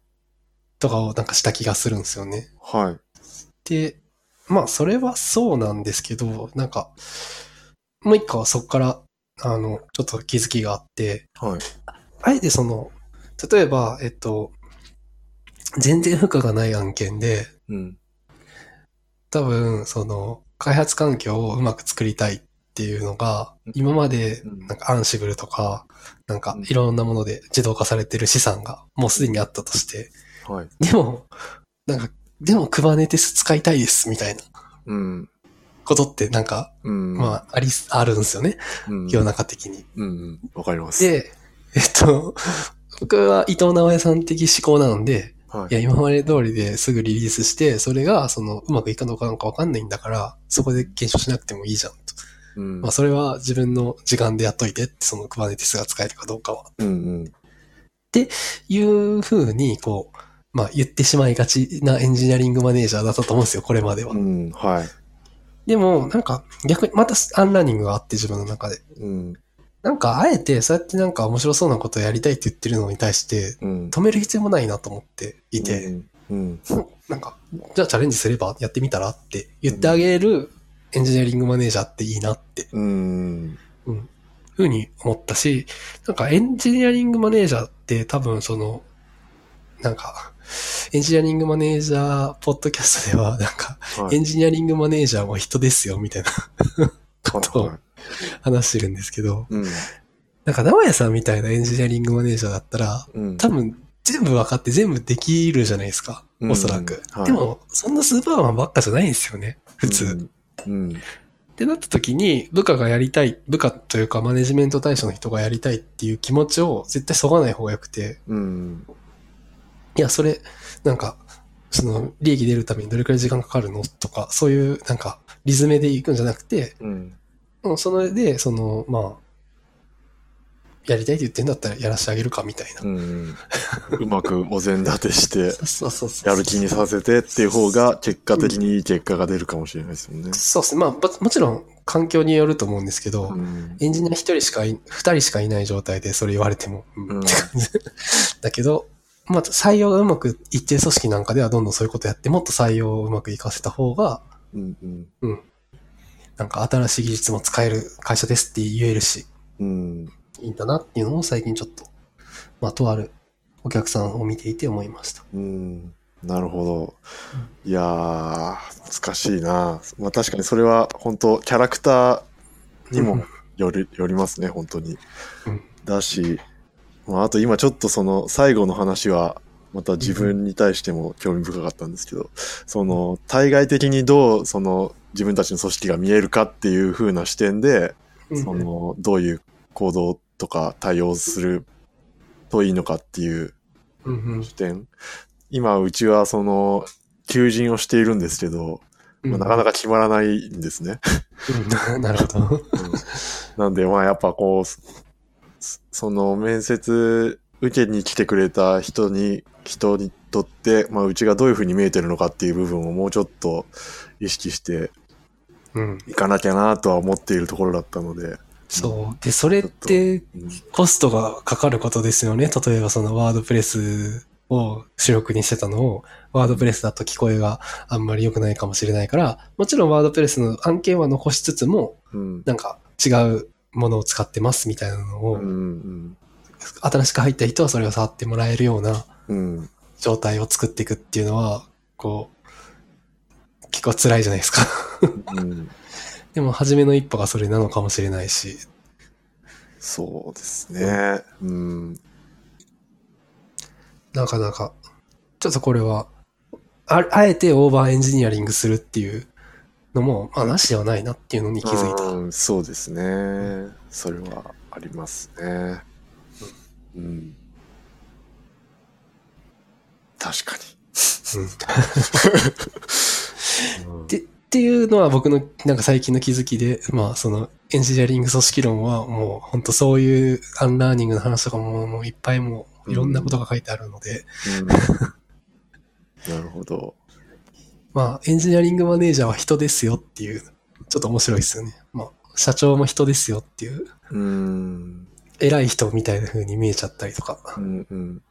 [SPEAKER 2] とかをなんかした気がするんですよね。
[SPEAKER 1] はい。
[SPEAKER 2] で、まあそれはそうなんですけど、なんか、もう一個はそこから、あの、ちょっと気づきがあって、
[SPEAKER 1] はい。
[SPEAKER 2] あえてその、例えば、えっと、全然負荷がない案件で、
[SPEAKER 1] うん。
[SPEAKER 2] 多分、その、開発環境をうまく作りたいっていうのが
[SPEAKER 1] うん、
[SPEAKER 2] 今まで、
[SPEAKER 1] うん
[SPEAKER 2] なんか、アンシブルとか、なんか
[SPEAKER 1] うん、
[SPEAKER 2] いろんなもので自動化されてる資産が、もうすでにあったとして、
[SPEAKER 1] はい。
[SPEAKER 2] でも、なんか、でも、クバネテス使いたいです、みたいな
[SPEAKER 1] うん。
[SPEAKER 2] ことって、なんか、
[SPEAKER 1] うん。あ、
[SPEAKER 2] まあ、あり、あるんですよね、
[SPEAKER 1] うん。
[SPEAKER 2] 世の中的に。
[SPEAKER 1] うん。わかります。
[SPEAKER 2] で、えっと、 僕は伊藤直江さん的思考なので、
[SPEAKER 1] はいい。
[SPEAKER 2] や、今まで通りですぐリリースして、それが、その、うまくいくのかなんかわかんないんだから、そこで検証しなくてもいいじゃん、と。
[SPEAKER 1] うん
[SPEAKER 2] まあ、それは自分の時間でやっといてって、その Kubernetes が使えるかどうかは。
[SPEAKER 1] うん。うん。
[SPEAKER 2] いうふうに、こう、まあ、言ってしまいがちなエンジニアリングマネージャーだったと思うんですよ、これまでは。
[SPEAKER 1] うん。はい。
[SPEAKER 2] でも、なんか、逆に、またアンラーニングがあって、自分の中で。
[SPEAKER 1] うん。
[SPEAKER 2] なんか、あえて、そうやってなんか面白そうなことをやりたいって言ってるのに対して、
[SPEAKER 1] うん。
[SPEAKER 2] 止める必要もないなと思っていて、
[SPEAKER 1] うん。うん。
[SPEAKER 2] なんか、じゃあチャレンジすればやってみたらって言ってあげるエンジニアリングマネージャーっていいなって、
[SPEAKER 1] うん。
[SPEAKER 2] ふうに思ったし、なんかエンジニアリングマネージャーって多分その、なんか、エンジニアリングマネージャーポッドキャストでは、なんか、
[SPEAKER 1] は
[SPEAKER 2] エ
[SPEAKER 1] い。
[SPEAKER 2] ンジニアリングマネージャーは人ですよ、みたいなことを
[SPEAKER 1] はい
[SPEAKER 2] 話してるんですけど、
[SPEAKER 1] うん。
[SPEAKER 2] なんか、直屋さんみたいなエンジニアリングマネージャーだったら、
[SPEAKER 1] うん。
[SPEAKER 2] 多分全部分かって全部できるじゃないですか。
[SPEAKER 1] うん
[SPEAKER 2] おそらく。
[SPEAKER 1] はい
[SPEAKER 2] でも、そんなスーパーマンばっかじゃないんですよね。普通。っ
[SPEAKER 1] うん。
[SPEAKER 2] てなった時に、部下がやりたい、部下というかマネジメント対象の人がやりたいっていう気持ちを絶対そがない方が良くて、
[SPEAKER 1] うん。うん。
[SPEAKER 2] いや、それ、なんか、その、利益出るためにどれくらい時間かかるのとか、そういう、なんか、リズメで行くんじゃなくて、
[SPEAKER 1] うん。
[SPEAKER 2] うんそれで、その、まあ、やりたいって言ってんだったらやらせてあげるかみたいな。
[SPEAKER 1] うん。うまくお膳立てして。
[SPEAKER 2] そうそうそう
[SPEAKER 1] やる気にさせてっていう方が結果的にいい結果が出るかもしれないですもんね。
[SPEAKER 2] そうですね。まあ、ばもちろん環境によると思うんですけど、
[SPEAKER 1] うん
[SPEAKER 2] エンジニア一人しかい、二人しかいない状態でそれ言われても、うん
[SPEAKER 1] うん
[SPEAKER 2] って感じ。だけど、まあ、採用がうまくいってる組織なんかではどんどんそういうことやって、もっと採用をうまくいかせた方が、
[SPEAKER 1] うんうん
[SPEAKER 2] なんか新しい技術も使える会社ですって言えるし、
[SPEAKER 1] うん
[SPEAKER 2] いいんだなっていうのを最近ちょっと、まあ、とあるお客さんを見ていて思いました。
[SPEAKER 1] うんなるほど。いやー、難しいな。まあ確かにそれは本当キャラクターにもよりよりますね、本当に
[SPEAKER 2] うん。
[SPEAKER 1] だし、まああと今ちょっとその最後の話は、また自分に対しても興味深かったんですけど、その、対外的にどう、その、自分たちの組織が見えるかっていう風な視点で、
[SPEAKER 2] うん
[SPEAKER 1] その、どういう行動とか対応するといいのかっていう
[SPEAKER 2] うんうん
[SPEAKER 1] 視点。今、うちはその、求人をしているんですけど、
[SPEAKER 2] うん
[SPEAKER 1] まあなかなか決まらないんですね。
[SPEAKER 2] うん なるほど。
[SPEAKER 1] なんで、まあやっぱこうす、すその面接受けに来てくれた人に、人にとって、まあうちがどういうふうに見えてるのかっていう部分をもうちょっと意識して
[SPEAKER 2] うん。
[SPEAKER 1] いかなきゃなとは思っているところだったので、
[SPEAKER 2] そう。で、それって
[SPEAKER 1] うん
[SPEAKER 2] コストがかかることですよね。例えばそのワードプレスを主力にしてたのを、ワードプレスだと聞こえがあんまり良くないかもしれないから、もちろんワードプレスの案件は残しつつも、
[SPEAKER 1] うん。
[SPEAKER 2] なんか違うものを使ってますみたいなのを、
[SPEAKER 1] うん。
[SPEAKER 2] 新しく入った人はそれを触ってもらえるような
[SPEAKER 1] うん。
[SPEAKER 2] 状態を作っていくっていうのは、こう、結構辛いじゃないですか。
[SPEAKER 1] うん。
[SPEAKER 2] でも初めの一歩がそれなのかもしれないし、
[SPEAKER 1] そうですね。うん。
[SPEAKER 2] なかなか、ちょっとこれは、ああえてオーバーエンジニアリングするっていうのも、まあ、なしではないなっていうのに気づいた。
[SPEAKER 1] うんそうですね。それはありますね。うん。確か
[SPEAKER 2] うん
[SPEAKER 1] に。うん
[SPEAKER 2] でっていうのは僕のなんか最近の気づきで、まあそのエンジニアリング組織論はもう本当そういうアンラーニングの話とかももういっぱいもういろんなことが書いてあるので、
[SPEAKER 1] うんなるほど。
[SPEAKER 2] まあエンジニアリングマネージャーは人ですよっていう、ちょっと面白いですよね。まあ社長も人ですよっていう、
[SPEAKER 1] うん。
[SPEAKER 2] 偉い人みたいな風に見えちゃったりとか。
[SPEAKER 1] うんうん。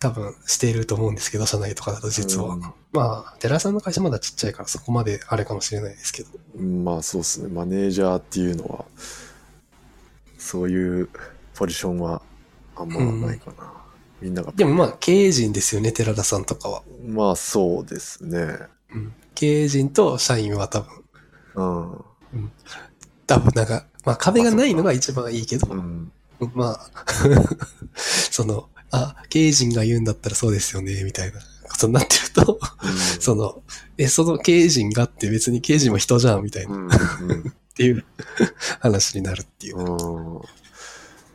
[SPEAKER 2] 多分していると思うんですけど、社内とかだと実は。
[SPEAKER 1] うん
[SPEAKER 2] まあ、寺さんの会社まだちっちゃいからそこまであれかもしれないですけど。
[SPEAKER 1] うんまあそうですね。マネージャーっていうのは、そういうポジションはあんまないかな。みんなが。
[SPEAKER 2] でもまあ、経営陣ですよね、寺田さんとかは。
[SPEAKER 1] まあそうですね。
[SPEAKER 2] うん、経営陣と社員は多分、
[SPEAKER 1] うん。
[SPEAKER 2] 多分なんか、まあ壁がないのが一番いいけど、
[SPEAKER 1] うん。
[SPEAKER 2] まあ、 その、あ、経営陣が言うんだったらそうですよね、みたいなことになってると、その、え、その経営陣がって別に経営陣も人じゃん、みたいな、
[SPEAKER 1] う
[SPEAKER 2] っ
[SPEAKER 1] ん。うんうん
[SPEAKER 2] ていう話になるっていう。
[SPEAKER 1] うん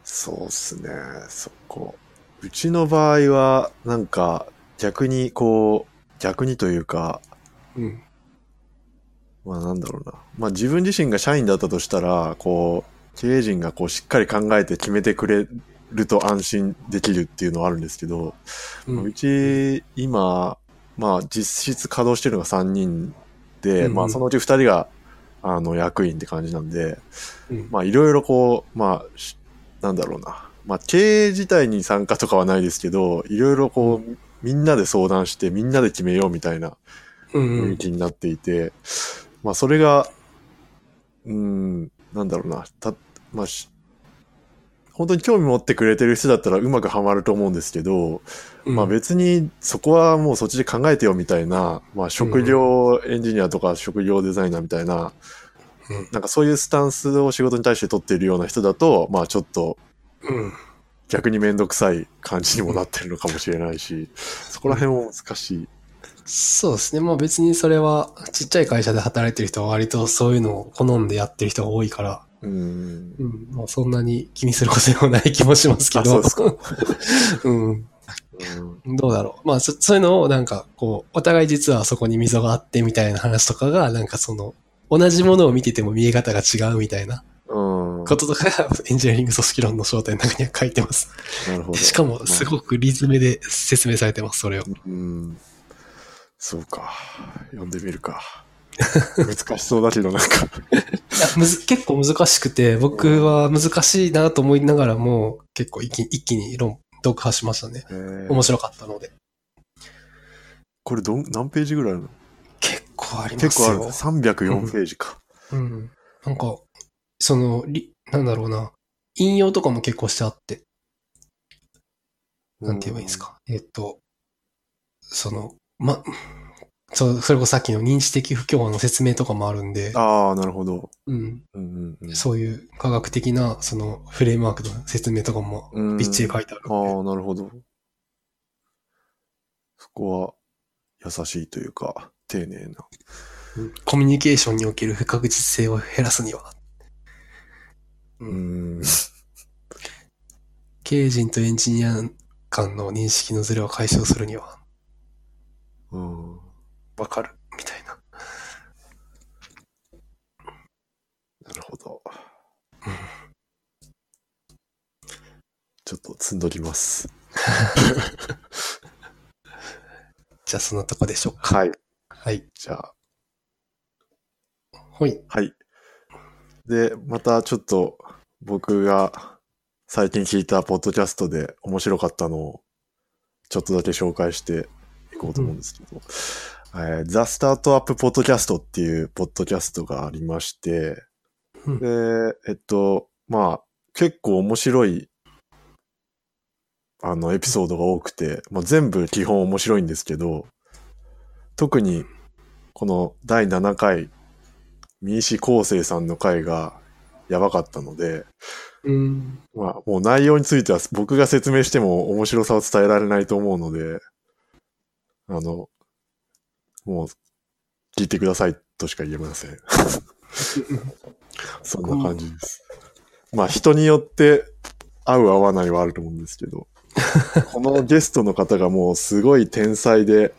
[SPEAKER 1] そうっすね、そこ。うちの場合は、なんか、逆にこう、逆にというか、
[SPEAKER 2] うん。
[SPEAKER 1] まあなんだろうな。まあ自分自身が社員だったとしたら、こう、経営陣がこうしっかり考えて決めてくれると安心できるっていうのはあるんですけど、
[SPEAKER 2] う。
[SPEAKER 1] うんち、今、まあ実質稼働してるのが3人で、
[SPEAKER 2] うんうん
[SPEAKER 1] まあそのうち2人が、あの、役員って感じなんで、
[SPEAKER 2] うん
[SPEAKER 1] まあいろいろこう、まあ、しなんだろうな。まあ経営自体に参加とかはないですけど、いろいろこう、みんなで相談してみんなで決めようみたいな
[SPEAKER 2] うんう
[SPEAKER 1] 雰囲
[SPEAKER 2] ん。
[SPEAKER 1] 気になっていて、まあそれが、うん、なんだろうな。た、まあし、本当に興味持ってくれてる人だったらうまくハマると思うんですけど、
[SPEAKER 2] うん
[SPEAKER 1] まあ別にそこはもうそっちで考えてよみたいな、まあ職業エンジニアとか職業デザイナーみたいな、
[SPEAKER 2] うん
[SPEAKER 1] なんかそういうスタンスを仕事に対して取っているような人だと、まあちょっと
[SPEAKER 2] うん。
[SPEAKER 1] 逆にめんどくさい感じにもなってるのかもしれない し、そこら辺も難しい。
[SPEAKER 2] そうですね。まあ別にそれはちっちゃい会社で働いてる人は割とそういうのを好んでやってる人が多いから、
[SPEAKER 1] うん。
[SPEAKER 2] うん、まあそんなに気にすることでもない気もしますけど。
[SPEAKER 1] あそうですか
[SPEAKER 2] うん。
[SPEAKER 1] うん
[SPEAKER 2] どうだろう。まあそそういうのをなんかこう、お互い実はそこに溝があってみたいな話とかが、なんかその、同じものを見てても見え方が違うみたいな
[SPEAKER 1] うん。
[SPEAKER 2] こととかが エンジニアリング組織論の正体の中には書いてます。
[SPEAKER 1] なるほ
[SPEAKER 2] で
[SPEAKER 1] ど。
[SPEAKER 2] しかもすごくリズムで説明されてます、それを。
[SPEAKER 1] うん。そうか。読んでみるか。難しそうだけど、なん か。
[SPEAKER 2] いやむず結構難しくて、僕は難しいなと思いながらも、結構一気に一気に論、読破しましたね。
[SPEAKER 1] えー
[SPEAKER 2] 面白かったので。
[SPEAKER 1] これどん、何ページぐらいあるの
[SPEAKER 2] 結構ありま
[SPEAKER 1] 結
[SPEAKER 2] す
[SPEAKER 1] 構ある。
[SPEAKER 2] よ。
[SPEAKER 1] 304ページか。
[SPEAKER 2] うん。なんか、その、りなんだろうな。引用とかも結構してあって、なんて言えばいいんですか。えっと、その、ま、そうそれこそさっきの認知的不協和の説明とかもあるんで
[SPEAKER 1] うん。、ああ、なるほど。
[SPEAKER 2] うん、
[SPEAKER 1] うんうんうん。
[SPEAKER 2] そういう科学的な、その、フレームワークの説明とかも、
[SPEAKER 1] うん
[SPEAKER 2] びっちり書いてあるんで
[SPEAKER 1] ああ、なるほど。そこは優しいというか、丁寧な。
[SPEAKER 2] コミュニケーションにおける不確実性を減らすには、
[SPEAKER 1] うーん。
[SPEAKER 2] 経営陣とエンジニア間の認識のズレを解消するには、
[SPEAKER 1] うん。
[SPEAKER 2] わかる、みたいな。
[SPEAKER 1] なるほど。ちょっと積んどります。
[SPEAKER 2] じゃあ、そんなとこでしょうか。
[SPEAKER 1] はい。
[SPEAKER 2] はい。
[SPEAKER 1] じゃあ、
[SPEAKER 2] ほい。
[SPEAKER 1] はい。で、またちょっと僕が最近聞いたポッドキャストで面白かったのをちょっとだけ紹介していこうと思うんですけど、えー、ザ・スタートアップ・ポッドキャストっていうポッドキャストがありまして、
[SPEAKER 2] うん
[SPEAKER 1] で、えっと、まあ、結構面白い、あの、エピソードが多くて、まあ、全部基本面白いんですけど、特に、この第7回、三石康生さんの回がやばかったので、
[SPEAKER 2] うん。
[SPEAKER 1] まあ、もう内容については僕が説明しても面白さを伝えられないと思うので、あの、もう、聞いてくださいとしか言えません。そんな感じです。まあ、人によって合う合わないはあると思うんですけど、このゲストの方がもうすごい天才で、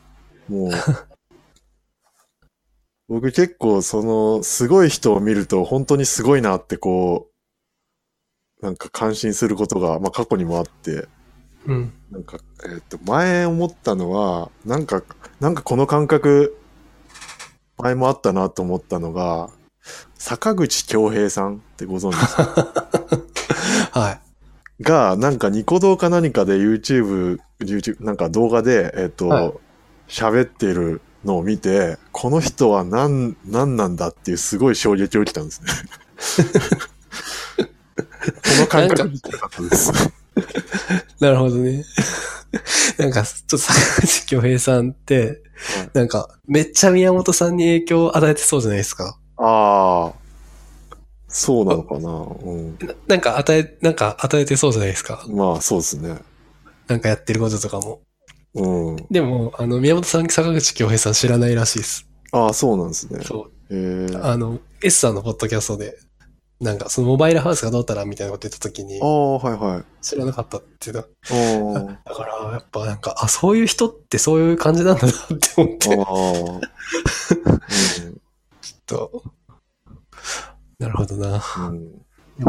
[SPEAKER 1] もう、僕結構その、すごい人を見ると本当にすごいなってこう、なんか感心することが、まあ、過去にもあって、
[SPEAKER 2] うん。
[SPEAKER 1] なんか、えーっ、と、前思ったのは、なんか、なんかこの感覚、前もあったなと思ったのが、坂口恭平さんってご存知 ですか
[SPEAKER 2] は
[SPEAKER 1] が、なんかニコ動か何かで YouTube、YouTube、なんか動画で、えーっ、
[SPEAKER 2] はい
[SPEAKER 1] と、喋、ってるのを見て、この人は何、何なんだっていうすごい衝撃を受けたんですね。 この感覚になかったです。
[SPEAKER 2] い。なるほどね。 なんか、ちょっと坂口京平さんって
[SPEAKER 1] はい、
[SPEAKER 2] なんか、めっちゃ宮本さんに影響を与えてそうじゃないですか。
[SPEAKER 1] ああ、そうなのかな。うん。
[SPEAKER 2] ななんか与え、なんか与えてそうじゃないですか。
[SPEAKER 1] まあ、そうですね。
[SPEAKER 2] なんかやってることとかも。
[SPEAKER 1] うん。
[SPEAKER 2] でも、あの、宮本さん、坂口京平さん知らないらしいです。
[SPEAKER 1] ああ、そうなんですね。
[SPEAKER 2] そう。
[SPEAKER 1] へえ。あ
[SPEAKER 2] あの、S さんのポッドキャストで、なんか、そのモバイルハウスがどうたらみたいなこと言った時に
[SPEAKER 1] あ、ー、はいはい。
[SPEAKER 2] 知らなかったっていうの。
[SPEAKER 1] ああ。
[SPEAKER 2] だから、やっぱなんか、あ、そういう人ってそういう感じなんだなって思って、ちょっ
[SPEAKER 1] あ
[SPEAKER 2] と。なるほどな。や
[SPEAKER 1] あ。うん。
[SPEAKER 2] っ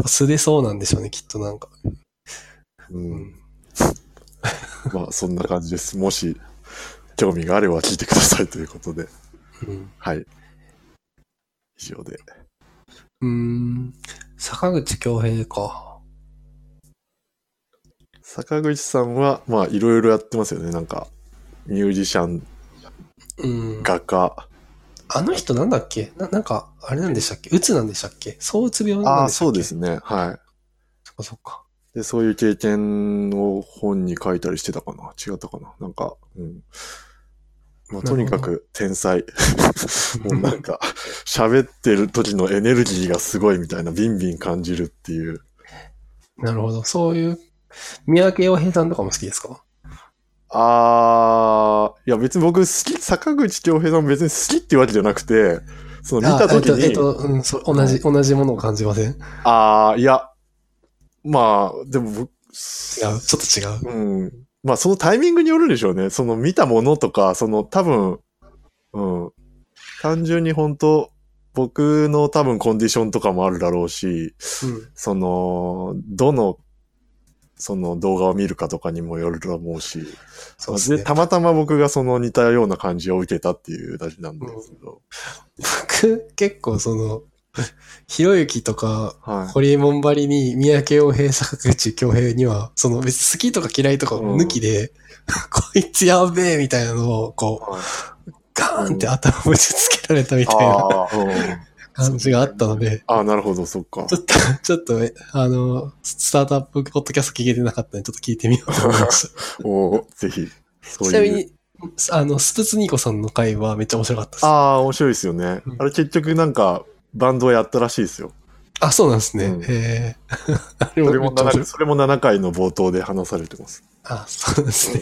[SPEAKER 2] ぱ素でそうなんでしょうね、きっとなんか。
[SPEAKER 1] うん。
[SPEAKER 2] う
[SPEAKER 1] うんん、まあ、そんな感じです。もし、興味があれば聞いてくださいということで。
[SPEAKER 2] うん
[SPEAKER 1] はい。以上で。
[SPEAKER 2] うーん。坂口京平か。
[SPEAKER 1] 坂口さんは、まあ、いろいろやってますよね。なんか、ミュージシャン、
[SPEAKER 2] うん。
[SPEAKER 1] 画家。
[SPEAKER 2] あの人なんだっけな、なんか、あれなんでしたっけうつなんでしたっけそううつ病
[SPEAKER 1] あ
[SPEAKER 2] なん
[SPEAKER 1] あ、
[SPEAKER 2] でした
[SPEAKER 1] そ
[SPEAKER 2] っ
[SPEAKER 1] う
[SPEAKER 2] け
[SPEAKER 1] ですね。はい。
[SPEAKER 2] そっかそっか。
[SPEAKER 1] で、そういう経験を本に書いたりしてたかな違ったかななんか、うん。まあ、とにかく天才。 もうなんか、喋ってる時のエネルギーがすごいみたいな、ビンビン感じるっていう。
[SPEAKER 2] なるほど。そういう、三宅洋平さんとかも好きですか
[SPEAKER 1] あー、いや別に僕好き、坂口京平さんも別に好きっていうわけじゃなくて、その見た時
[SPEAKER 2] あえっ
[SPEAKER 1] に、
[SPEAKER 2] と、えっと、うん、そう同じ、同じものを感じません違う。
[SPEAKER 1] あー、いや、まあ、でも僕、
[SPEAKER 2] ちょっと違う。
[SPEAKER 1] うん。まあ、そのタイミングによるでしょうね。その見たものとか、その多分、うん。単純に本当僕の多分コンディションとかもあるだろうし、
[SPEAKER 2] うん。
[SPEAKER 1] その、どの、その動画を見るかとかにもよると思うし、
[SPEAKER 2] そうです
[SPEAKER 1] で
[SPEAKER 2] ね。
[SPEAKER 1] たまたま僕がその似たような感じを受けたっていうだけなんですけど、
[SPEAKER 2] 僕、結構その、ひろゆきとか、
[SPEAKER 1] はい。
[SPEAKER 2] ホリエモンばりに、三宅洋平、坂口京平には、その別に好きとか嫌いとか抜きで、こいつやべえみたいなのを、こ、
[SPEAKER 1] はいう
[SPEAKER 2] ガーンって頭ぶちつけられた みたいな
[SPEAKER 1] あー、うん
[SPEAKER 2] 感じがあったので、
[SPEAKER 1] あー、なるほど、そっか
[SPEAKER 2] ち。ょっと、ちょっと、えあの、スタートアップポッドキャスト聞けてなかったんで、ちょっと聞いてみようと思いました。
[SPEAKER 1] おーぜひ。そういう
[SPEAKER 2] ちなみに、あの、スプツニーコさんの回はめっちゃ面白かったです。あ、
[SPEAKER 1] ああ、面白いですよね
[SPEAKER 2] う。ん
[SPEAKER 1] あれ結局なんか、バンドをやったらしいですよ。
[SPEAKER 2] そうなんですね。
[SPEAKER 1] うん
[SPEAKER 2] へえ。あれ
[SPEAKER 1] それ
[SPEAKER 2] め
[SPEAKER 1] も
[SPEAKER 2] っちゃ面白
[SPEAKER 1] 7
[SPEAKER 2] い。
[SPEAKER 1] それも7回の冒頭で話されてます。
[SPEAKER 2] あ、そうなんですね。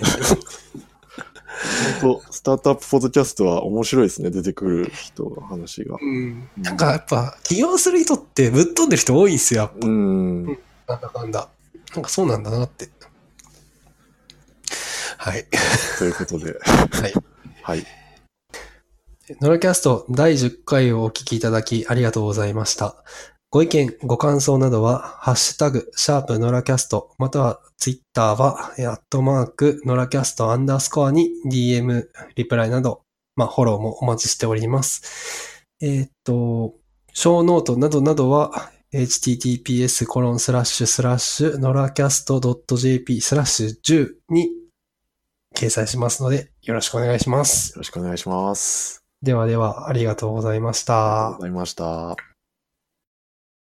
[SPEAKER 1] 当スタートアップポッドキャストは面白いですね、出てくる人の話が。
[SPEAKER 3] うん。
[SPEAKER 1] う
[SPEAKER 2] なんかやっぱ、起業する人ってぶっ飛んでる人多いんですよ、やっぱ
[SPEAKER 1] うん。
[SPEAKER 3] なんだかんだ。
[SPEAKER 2] なんかそうなんだなって。はい。
[SPEAKER 1] ということで、
[SPEAKER 2] はい。
[SPEAKER 1] はい。
[SPEAKER 2] ノラキャスト第10回をお聞きいただきありがとうございました。ご意見、ご感想などは、ハッシュタグ、シャープノラキャスト、またはツイッターは、えアットマーク、ノラキャストアンダースコアに DM、リプライなど、まあ、フォローもお待ちしております。えーっと、小ノートなどなどは、https コロンスラッシュスラッシュノラキャスト .jp スラッシュ10に掲載しますので、よろしくお願いします。
[SPEAKER 1] よろしくお願いします。
[SPEAKER 2] ではでは、ありがとうございまし
[SPEAKER 1] ありがとう
[SPEAKER 2] た
[SPEAKER 1] ご。ざいました。